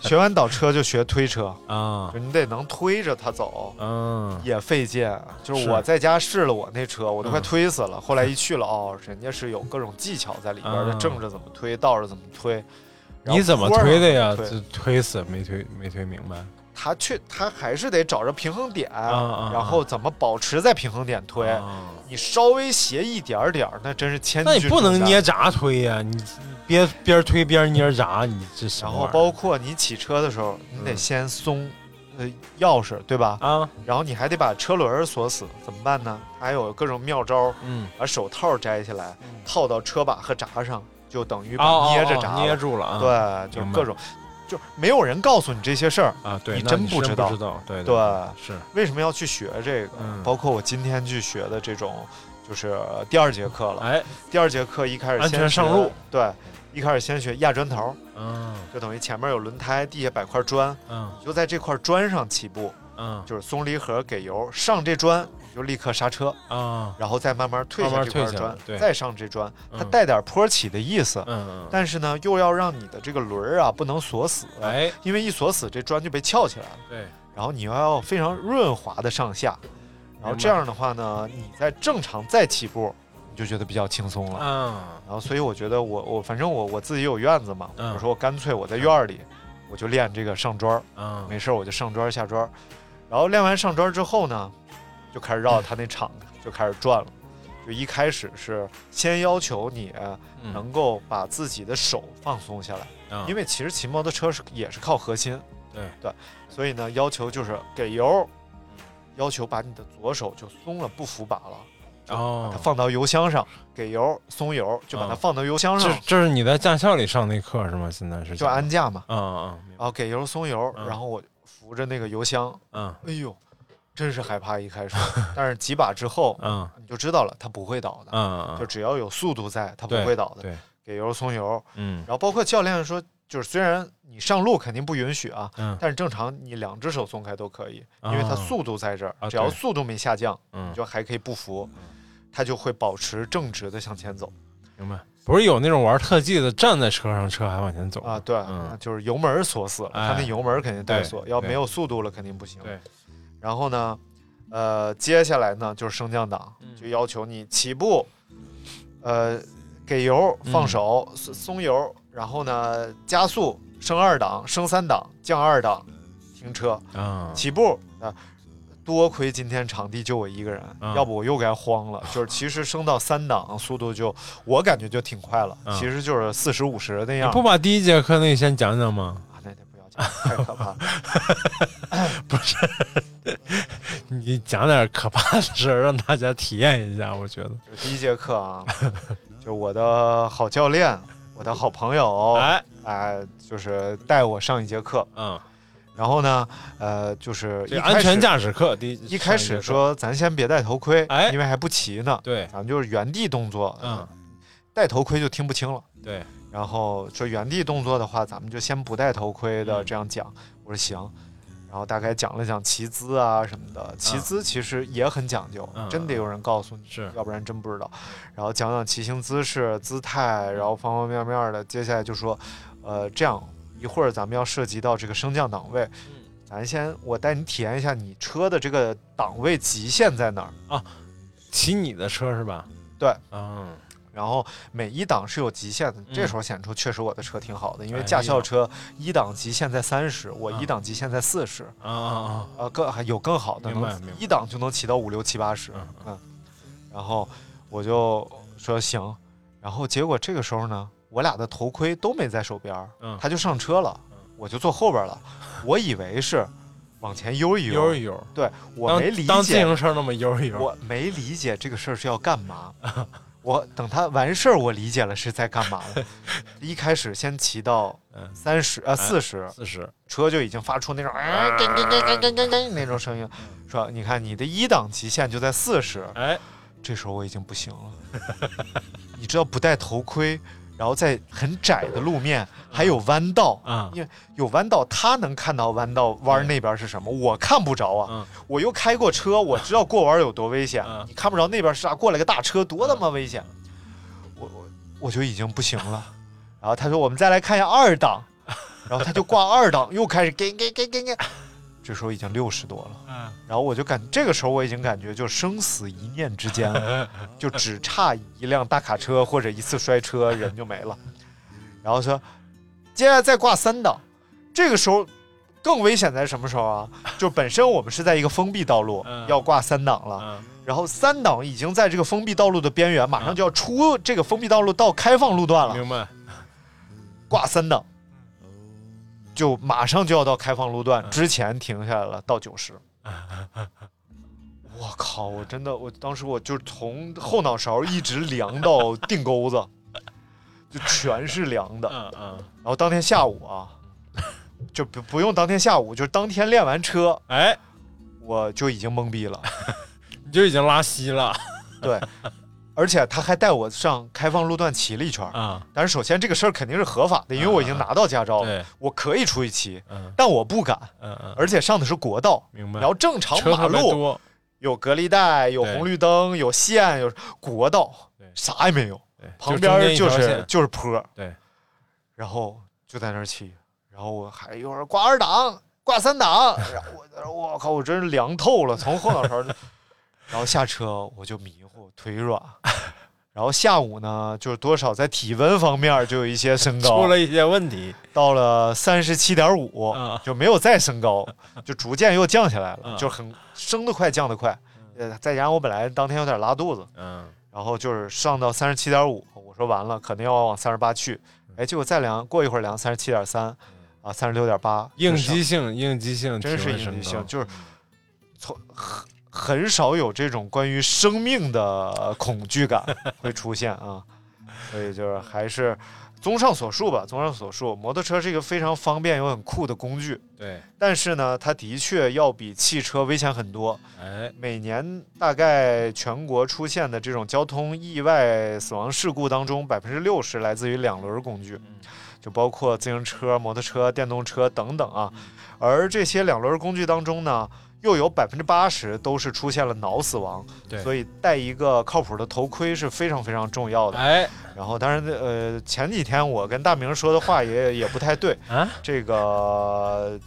Speaker 1: 学完倒车就学推车，
Speaker 2: 啊
Speaker 1: 就，你得能推着它走，
Speaker 2: 嗯，
Speaker 1: 也费劲。啊就是
Speaker 2: 是
Speaker 1: 我在家试了我那车，我都快
Speaker 2: 嗯
Speaker 1: 推死了。后来一去了，哦，人家是有各种技巧在里边的，
Speaker 2: 啊
Speaker 1: 正着怎么推，倒着怎么推。然后
Speaker 2: 你怎么
Speaker 1: 坡上
Speaker 2: 推的呀？
Speaker 1: 推
Speaker 2: 就推死没推没推明白
Speaker 1: 他去他还是得找着平衡点，
Speaker 2: 啊啊
Speaker 1: 然后怎么保持在平衡点推。
Speaker 2: 啊
Speaker 1: 你稍微斜一点儿点儿，那真是千
Speaker 2: 那
Speaker 1: 钧
Speaker 2: 你不能
Speaker 1: 重担
Speaker 2: 捏闸推呀、你边边推边捏闸，你这什
Speaker 1: 然
Speaker 2: 么
Speaker 1: 后
Speaker 2: 玩意儿
Speaker 1: 包括你起车的时候，你得先
Speaker 2: 嗯
Speaker 1: 松，呃，钥匙对吧？
Speaker 2: 啊，
Speaker 1: 然后你还得把车轮儿锁死，怎么办呢？还有各种妙招，
Speaker 2: 嗯，
Speaker 1: 把手套摘下来，套到车把和闸上，就等于
Speaker 2: 哦
Speaker 1: 把捏着
Speaker 2: 哦
Speaker 1: 闸
Speaker 2: 哦
Speaker 1: 了。
Speaker 2: 捏住了啊，
Speaker 1: 对，就
Speaker 2: 明白
Speaker 1: 各种，就没有人告诉你这些事儿。
Speaker 2: 啊，对，
Speaker 1: 你
Speaker 2: 那
Speaker 1: 真
Speaker 2: 你
Speaker 1: 不
Speaker 2: 知
Speaker 1: 知道
Speaker 2: 道，对
Speaker 1: 对，
Speaker 2: 是，
Speaker 1: 为什么要去学这个？
Speaker 2: 嗯
Speaker 1: 包括我今天去学的这种，就是第二节课了。
Speaker 2: 哎，
Speaker 1: 第二节课一开始
Speaker 2: 安全
Speaker 1: 先
Speaker 2: 上
Speaker 1: 学
Speaker 2: 路，
Speaker 1: 对，一开始先学压砖头，
Speaker 2: 嗯
Speaker 1: 就等于前面有轮胎，地下摆块砖，
Speaker 2: 嗯
Speaker 1: 你就在这块砖上起步，
Speaker 2: 嗯
Speaker 1: 就是松离合给油，上这砖你就立刻刹车，
Speaker 2: 啊，
Speaker 1: 然后再慢慢退
Speaker 2: 慢
Speaker 1: 下
Speaker 2: 慢
Speaker 1: 这块
Speaker 2: 退下
Speaker 1: 砖
Speaker 2: 来，对
Speaker 1: 再上这砖，它
Speaker 2: 嗯
Speaker 1: 带点坡起的意思，
Speaker 2: 嗯嗯，
Speaker 1: 但是呢又要让你的这个轮儿啊不能锁死，
Speaker 2: 哎，
Speaker 1: 因为一锁死这砖就被翘起来了，
Speaker 2: 对，
Speaker 1: 然后你要非常润滑的上下，然后这样的话呢，你在正常再起步，你就觉得比较轻松了。
Speaker 2: 啊，
Speaker 1: 然后所以我觉得我我反正我我自己有院子嘛，
Speaker 2: 嗯
Speaker 1: 我说我干脆我在院儿里我就练这个上砖儿，
Speaker 2: 嗯，
Speaker 1: 没事儿我就上砖儿下砖儿，然后练完上砖儿之后呢，就开始绕他那场子就开始转了。就一开始是先要求你
Speaker 2: 嗯
Speaker 1: 能够把自己的手放松下来，
Speaker 2: 啊
Speaker 1: 因为其实骑摩托车是也是靠核心，
Speaker 2: 对
Speaker 1: 对，所以呢要求就是给油，要求把你的左手就松了不扶把了，把它
Speaker 2: 哦，
Speaker 1: 放到油箱上，给油松油，就把它
Speaker 2: 嗯
Speaker 1: 放到油箱上
Speaker 2: 这，这是你在驾校里上那课是吗？现在是
Speaker 1: 就安驾嘛，
Speaker 2: 啊啊
Speaker 1: 然后给油松油，
Speaker 2: 嗯
Speaker 1: 然后我扶着那个油箱，
Speaker 2: 啊
Speaker 1: 哎呦，真是害怕一 开始，但是几把之后
Speaker 2: 啊
Speaker 1: 你就知道了，它不会倒的，
Speaker 2: 啊，
Speaker 1: 嗯就只要有速度在，它不
Speaker 2: 对
Speaker 1: 会倒的。
Speaker 2: 嗯对，
Speaker 1: 给油松油，
Speaker 2: 嗯
Speaker 1: 然后包括教练说，就是虽然你上路肯定不允许啊，
Speaker 2: 嗯
Speaker 1: 但是正常你两只手松开都可以，因为它
Speaker 2: 啊
Speaker 1: 速度在这儿，
Speaker 2: 啊
Speaker 1: 只要
Speaker 2: 对
Speaker 1: 速度没下降，你
Speaker 2: 嗯，
Speaker 1: 就还可以不扶，它就会保持正直的向前走
Speaker 2: 明白。不是有那种玩特技的，站在车上，车还往前走
Speaker 1: 啊。对，
Speaker 2: 嗯
Speaker 1: 那就是油门儿锁死了，它
Speaker 2: 哎
Speaker 1: 那油门儿肯定带
Speaker 2: 对
Speaker 1: 锁，要
Speaker 2: 对
Speaker 1: 没有速度了肯定不行。
Speaker 2: 对，
Speaker 1: 然后呢，呃，接下来呢就是升降档，就要求你起步，呃，给油
Speaker 2: 嗯
Speaker 1: 放手、松松油，然后呢加速升二档、升三档、降二档，停车
Speaker 2: 啊，
Speaker 1: 起步啊、多亏今天场地就我一个人，
Speaker 2: 嗯
Speaker 1: 要不我又该慌了。就是其实升到三档速度就我感觉就挺快了，
Speaker 2: 嗯
Speaker 1: 其实就是四十五十那
Speaker 2: 你
Speaker 1: 样。
Speaker 2: 不把第一节课那个先讲讲吗？
Speaker 1: 啊，那得不要讲，太可怕了。
Speaker 2: 你讲点可怕的事儿，让大家体验一下。我觉得，
Speaker 1: 就第一节课啊，就我的好教练，我的好朋友， 哎、
Speaker 2: 哎，
Speaker 1: 就是带我上一节课。
Speaker 2: 嗯，
Speaker 1: 然后呢，呃，就是一
Speaker 2: 这
Speaker 1: 开
Speaker 2: 安全
Speaker 1: 始
Speaker 2: 驾驶课第一
Speaker 1: 一开始，说咱先别戴头盔，
Speaker 2: 哎
Speaker 1: 因为还不齐呢，
Speaker 2: 对，
Speaker 1: 咱们就是原地动作。
Speaker 2: 嗯，
Speaker 1: 戴头盔就听不清了。
Speaker 2: 对，
Speaker 1: 然后说原地动作的话，咱们就先不戴头盔的
Speaker 2: 嗯
Speaker 1: 这样讲。我说行，然后大概讲了讲骑姿啊什么的，骑姿其实也很讲究，
Speaker 2: 嗯
Speaker 1: 真得有人告诉你，
Speaker 2: 是
Speaker 1: 要不然真不知道。然后讲讲骑行姿势、姿
Speaker 2: 嗯
Speaker 1: 态，然后方方面面的。接下来就说，呃，这样一会儿咱们要涉及到这个升降档位。
Speaker 2: 嗯
Speaker 1: 咱先，我带你体验一下你车的这个档位极限在哪儿。
Speaker 2: 骑你的车是吧？
Speaker 1: 对，
Speaker 2: 嗯，
Speaker 1: 然后每一档是有极限的。这时候显出确实我的车挺好的，因为
Speaker 2: 哎嗯
Speaker 1: 驾校车一档极限在三十，我一档极限在四十，
Speaker 2: 啊啊
Speaker 1: 呃，更还有更好的，
Speaker 2: 明白
Speaker 1: 能
Speaker 2: 明白
Speaker 1: 一档就能骑到五六七八十
Speaker 2: 嗯，
Speaker 1: 嗯，然后我就说行，然后结果这个时候呢，我俩的头盔都没在手边儿，
Speaker 2: 嗯
Speaker 1: 他就上车了，我就坐后边了，我以为是往前悠一
Speaker 2: 啊，
Speaker 1: 悠，
Speaker 2: 悠一悠，
Speaker 1: 对我
Speaker 2: 当
Speaker 1: 没理
Speaker 2: 当自
Speaker 1: 解
Speaker 2: 行车那么悠一悠，
Speaker 1: 我没理解这个事儿是要干 嘛。我等他完事儿，我理解了是在干嘛了。一开始先骑到
Speaker 2: 嗯
Speaker 1: 三十呃四十，
Speaker 2: 四十，
Speaker 1: 车就已经发出那种
Speaker 2: 嗯
Speaker 1: 啊跟跟跟跟跟跟跟那种声音，说你看你的一档极限就在四十，
Speaker 2: 哎，
Speaker 1: 这时候我已经不行了。 你知道不戴头盔，然后在很窄的路面还有弯道
Speaker 2: 嗯
Speaker 1: 因为有弯道他能看到弯道弯儿那边是什么，我看不着啊。
Speaker 2: 嗯
Speaker 1: 我又开过车，我知道过弯有多危险。
Speaker 2: 嗯
Speaker 1: 你看不着那边是啥，过来个大车多他妈危险！
Speaker 2: 嗯
Speaker 1: 我我我就已经不行了。然后他说我们再来看一下二 档，然后他就挂二档，又开始给给给给给，这时候已经六十多了。
Speaker 2: 嗯
Speaker 1: 然后我就感，这个时候我已经感觉就生死一念之间了， 就只差一辆大卡车或者一次摔车，人就没了。然后说，接下来再挂三档，这个时候更危险在什么时候啊？就本身我们是在一个封闭道路，
Speaker 2: 嗯
Speaker 1: 要挂三档了。
Speaker 2: 嗯
Speaker 1: 然后三档已经在这个封闭道路的边缘，马上就要出这个封闭道路到开放路段了。
Speaker 2: 明白。
Speaker 1: 挂三档，就马上就要到开放路段
Speaker 2: 嗯
Speaker 1: 之前停下来了，到九十。 我靠！我真的，我当时我就从后脑勺一直凉到腚沟 子，就全是凉的。
Speaker 2: 嗯嗯。
Speaker 1: 然后当天下午啊，就不不用当天下午，就是当天练完车，
Speaker 2: 哎，
Speaker 1: 我就已经懵逼了。
Speaker 2: 你就已经拉稀了
Speaker 1: 对，而且他还带我上开放路段骑了一圈儿。
Speaker 2: 啊？
Speaker 1: 但是首先这个事儿肯定是合法的，因为我已经拿到驾照了
Speaker 2: 嗯对，
Speaker 1: 我可以出去骑，
Speaker 2: 嗯
Speaker 1: 但我不敢。
Speaker 2: 嗯嗯，
Speaker 1: 而且上的是国道，
Speaker 2: 明白。
Speaker 1: 然后正常
Speaker 2: 车
Speaker 1: 马
Speaker 2: 特别
Speaker 1: 路
Speaker 2: 多，
Speaker 1: 有隔离带，有
Speaker 2: 对
Speaker 1: 红绿灯，有线，有国道
Speaker 2: 对，
Speaker 1: 啥也没有，
Speaker 2: 对
Speaker 1: 旁
Speaker 2: 就中间
Speaker 1: 边
Speaker 2: 一
Speaker 1: 就
Speaker 2: 条
Speaker 1: 是
Speaker 2: 线
Speaker 1: 就是坡，
Speaker 2: 对，
Speaker 1: 然后就在那儿骑，然后我还一会儿挂二档，挂三档，然后我在那儿我靠，我真是凉透了，从后脑勺就， 然后下车我就迷糊，腿软。然后下午呢，就是多少在体温方面就有一些升高，
Speaker 2: 出了一些问题。
Speaker 1: 到了三十七点五
Speaker 2: 啊，
Speaker 1: 就没有再升 高，就逐渐又降下来了，
Speaker 2: 啊
Speaker 1: 就很升得快，降得快。呃，再加上我本来当天有点拉肚子，
Speaker 2: 嗯
Speaker 1: 然后就是上到三十七点五，我说完了，肯定要往三十八去。哎，结果再量过一会儿量三十七点三，啊，三十六点八，
Speaker 2: 应激性，应激性，
Speaker 1: 真是
Speaker 2: 体温啊
Speaker 1: 应激
Speaker 2: 升
Speaker 1: 性，
Speaker 2: 高
Speaker 1: 就是从很很少有这种关于生命的恐惧感会出现啊，所以就是还是综上所述吧。综上所述，摩托车是一个非常方便又很酷的工具，
Speaker 2: 对，
Speaker 1: 但是呢，它的确要比汽车危险很多。
Speaker 2: 哎，
Speaker 1: 每年大概全国出现的这种交通意外死亡事故当中，百分之六十来自于两轮工具，
Speaker 2: 嗯
Speaker 1: 就包括自行车、摩托车、电动车等等
Speaker 2: 嗯
Speaker 1: 啊。而这些两轮工具当中呢，又有百分之八十都是出现了脑死亡，
Speaker 2: 对，
Speaker 1: 所
Speaker 2: 以
Speaker 1: 以戴一个靠谱的头盔是非常非常重要的。
Speaker 2: 哎，
Speaker 1: 然后，当然，呃，前几天我跟大明说的话也也不太对，
Speaker 2: 啊，
Speaker 1: 这个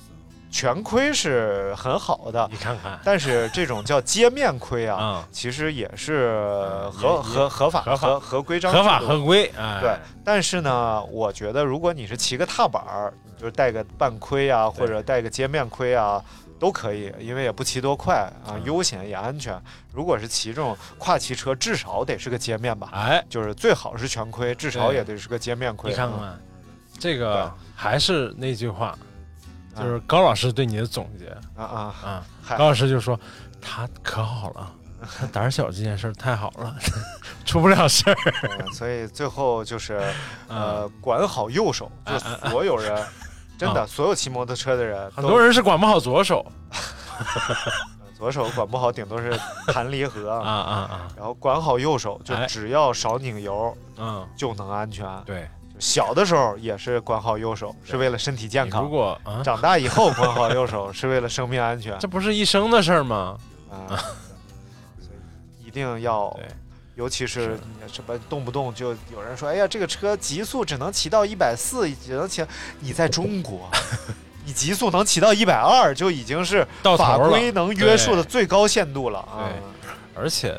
Speaker 1: 全盔是很好的，
Speaker 2: 你看看，
Speaker 1: 但是这种叫街面盔啊，
Speaker 2: 啊，
Speaker 1: 其实也是合
Speaker 2: 也
Speaker 1: 合合法
Speaker 2: 合法
Speaker 1: 合合规章
Speaker 2: 合法
Speaker 1: 制度
Speaker 2: 合规，哎，
Speaker 1: 对，但是呢，我觉得如果你是骑个踏板儿，就是带个半盔啊，或者带个街面盔啊，都可以，因为也不骑多快啊，
Speaker 2: 嗯
Speaker 1: 悠闲也安全。如果是骑这种跨骑车，至少得是个街面吧，
Speaker 2: 哎，
Speaker 1: 就是最好是全盔，至少
Speaker 2: 对
Speaker 1: 也得是个街面盔。
Speaker 2: 你看看，这个还是那句话，
Speaker 1: 啊
Speaker 2: 就是高老师对你的总结
Speaker 1: 啊啊，
Speaker 2: 啊。
Speaker 1: 嗨
Speaker 2: 高老师就说他可好了，他胆儿小这件事儿太好了， 出不了事儿。
Speaker 1: 嗯所以最后就是
Speaker 2: 啊，
Speaker 1: 呃，管好右手，
Speaker 2: 嗯
Speaker 1: 就是所有 人，真的，所有骑摩托车的人，
Speaker 2: 很多人是管不好左手
Speaker 1: 左手管不好，顶多是弹离合
Speaker 2: 啊
Speaker 1: 啊。
Speaker 2: 啊啊，
Speaker 1: 然后管好右手，就
Speaker 2: 哎
Speaker 1: 只要少拧油
Speaker 2: 嗯，
Speaker 1: 就能安全。
Speaker 2: 对，
Speaker 1: 就小的时候也是管好右手，
Speaker 2: 对
Speaker 1: 是为了身体健
Speaker 2: 你如
Speaker 1: 康；
Speaker 2: 果啊，
Speaker 1: 长大以后管好右手，是为了生命安全。
Speaker 2: 这不是一生的事儿吗？
Speaker 1: 啊，所以一定要
Speaker 2: 对，
Speaker 1: 尤其是你什么动不动就有人说，哎呀，这个车极速只能骑到一百四，只能骑。你在中 国，你极速能骑到一百二，就已经是
Speaker 2: 到头
Speaker 1: 法
Speaker 2: 儿
Speaker 1: 规
Speaker 2: 了。
Speaker 1: 能约束的最高限度了啊！
Speaker 2: 而且，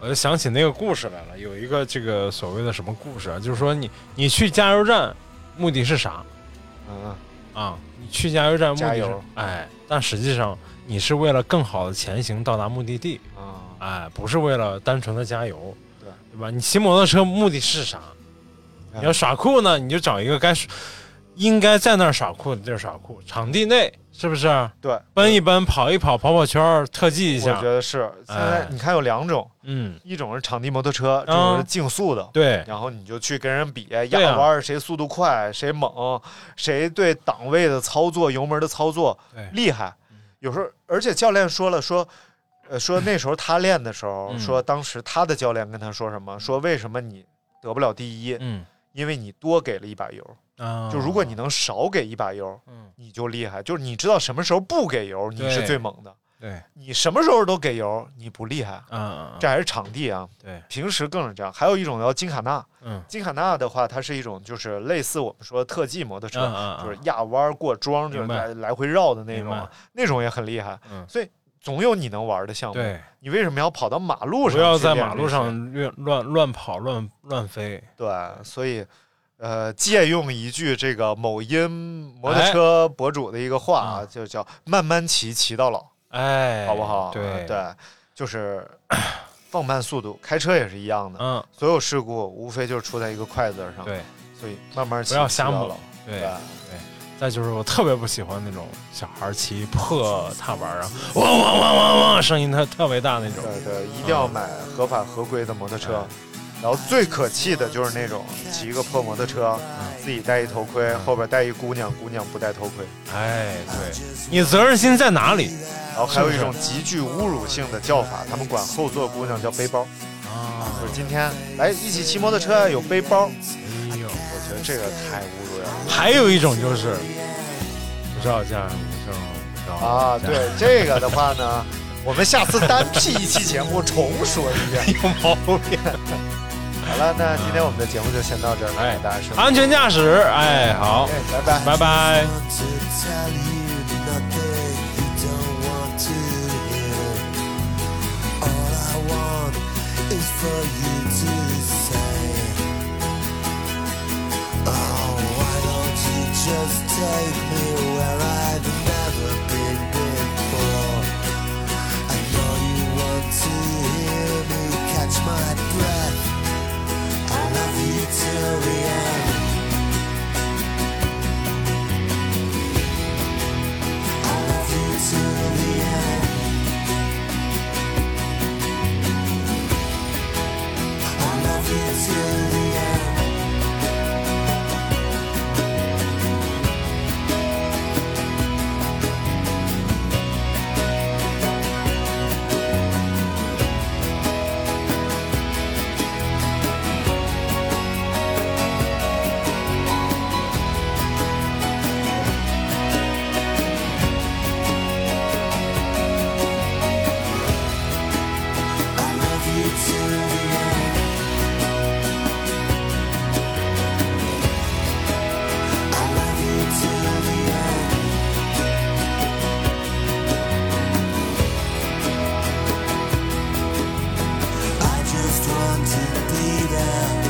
Speaker 2: 我就想起那个故事来了，有一个这个所谓的什么故事啊，就是说你你去加油站目的是啥
Speaker 1: 嗯，
Speaker 2: 啊？你去加油站目
Speaker 1: 加
Speaker 2: 的是
Speaker 1: 油
Speaker 2: 哎，但实际上你是为了更好的前行到达目的地，
Speaker 1: 啊，
Speaker 2: 哎，不是为了单纯的加油，
Speaker 1: 对
Speaker 2: 对吧？你骑摩托车目的是啥？
Speaker 1: 嗯
Speaker 2: 你要耍酷呢，你就找一个该应该在那儿耍酷的地儿耍酷，场地内是不是？
Speaker 1: 对，
Speaker 2: 奔一奔，跑一跑，跑跑圈儿，特技一
Speaker 1: 我
Speaker 2: 下
Speaker 1: 觉。得是。现在
Speaker 2: 哎
Speaker 1: 你看有两种，
Speaker 2: 嗯，
Speaker 1: 一种是场地摩托车，这种是竞速的。
Speaker 2: 对，
Speaker 1: 然后你就去跟人比哎
Speaker 2: 对啊
Speaker 1: 压弯儿，谁速度快，谁猛，谁对档位的操作、油门的操作
Speaker 2: 对
Speaker 1: 厉害。
Speaker 2: 嗯
Speaker 1: 有时候，而且教练说了，说，呃，说那时候他练的时候，
Speaker 2: 嗯
Speaker 1: 说当时他的教练跟他说什么？说为什么你得不了第一？
Speaker 2: 嗯。
Speaker 1: 因为你多给了一把油。
Speaker 2: 啊，
Speaker 1: 就如果你能少给一把油，
Speaker 2: 嗯
Speaker 1: 你就厉害。就是你知道什么时候不给油，你是
Speaker 2: 对
Speaker 1: 最猛的。
Speaker 2: 对，啊
Speaker 1: 你什么时候都给油，你不厉害。
Speaker 2: 啊啊，
Speaker 1: 这还是场地啊，
Speaker 2: 对，
Speaker 1: 平时更是这样。还有一种叫金卡纳，
Speaker 2: 嗯，
Speaker 1: 金卡纳的话，它是一种就是类似我们说特技摩托车，
Speaker 2: 嗯嗯嗯
Speaker 1: 就是压弯儿过桩，就是
Speaker 2: 明白
Speaker 1: 来来回绕的那
Speaker 2: 明
Speaker 1: 种啊
Speaker 2: 白，
Speaker 1: 那种也很厉害。
Speaker 2: 嗯
Speaker 1: 所以总有你能玩的项目。
Speaker 2: 对，
Speaker 1: 你为什么要跑到马路上？
Speaker 2: 不要在马路。上乱乱乱跑乱乱飞，
Speaker 1: 对，所以呃，借用一句这个某音摩托车博主的一个话啊，
Speaker 2: 哎
Speaker 1: 就叫“慢慢骑，骑到老
Speaker 2: 哎，”，
Speaker 1: 好不好？
Speaker 2: 对，
Speaker 1: 对，就是 放慢速度，开车也是一样的，
Speaker 2: 嗯，
Speaker 1: 所有事故无非就是出在一个“快”字上。，
Speaker 2: 对
Speaker 1: 所以慢慢骑，
Speaker 2: 不要
Speaker 1: 嗯
Speaker 2: 瞎
Speaker 1: 骑到
Speaker 2: 猛
Speaker 1: 老。
Speaker 2: 对
Speaker 1: 对。，
Speaker 2: 再就是我特别不喜欢那种小孩骑破踏板，然后汪汪汪汪汪，声音特特别大那种。
Speaker 1: 对对，一定要买合法合规的摩托车。然后最可气的嗯就是嗯那种骑一个破摩托车，自己戴一头盔，后边带一姑娘，姑娘不戴头盔。
Speaker 2: 哎，对，你责任心在哪里？
Speaker 1: 然后还有一种极具侮辱性的叫法，他们管后座姑娘叫背包。
Speaker 2: 啊，
Speaker 1: 就是今天来一起骑摩托车有背包，
Speaker 2: 哎呦，
Speaker 1: 我觉得这个太侮辱人了
Speaker 2: 还有一种就是，不知道叫什么，不知道
Speaker 1: 啊！对这个的话呢，我们下次 单辟一期节目重说一遍。
Speaker 2: 有 毛病。
Speaker 1: 好了，那今天我们的节目就先到这儿，感
Speaker 2: 哎
Speaker 1: 谢大家收听，
Speaker 2: 安全驾驶，哎，好，
Speaker 1: 哎拜拜。
Speaker 2: 拜拜。
Speaker 3: To tell you nothing you don't want to hear. All I want is for you to say, Oh, why don't you just take me where I've never been before? I know you want to hear me catch my breath. I love you till the end. I just want to be there.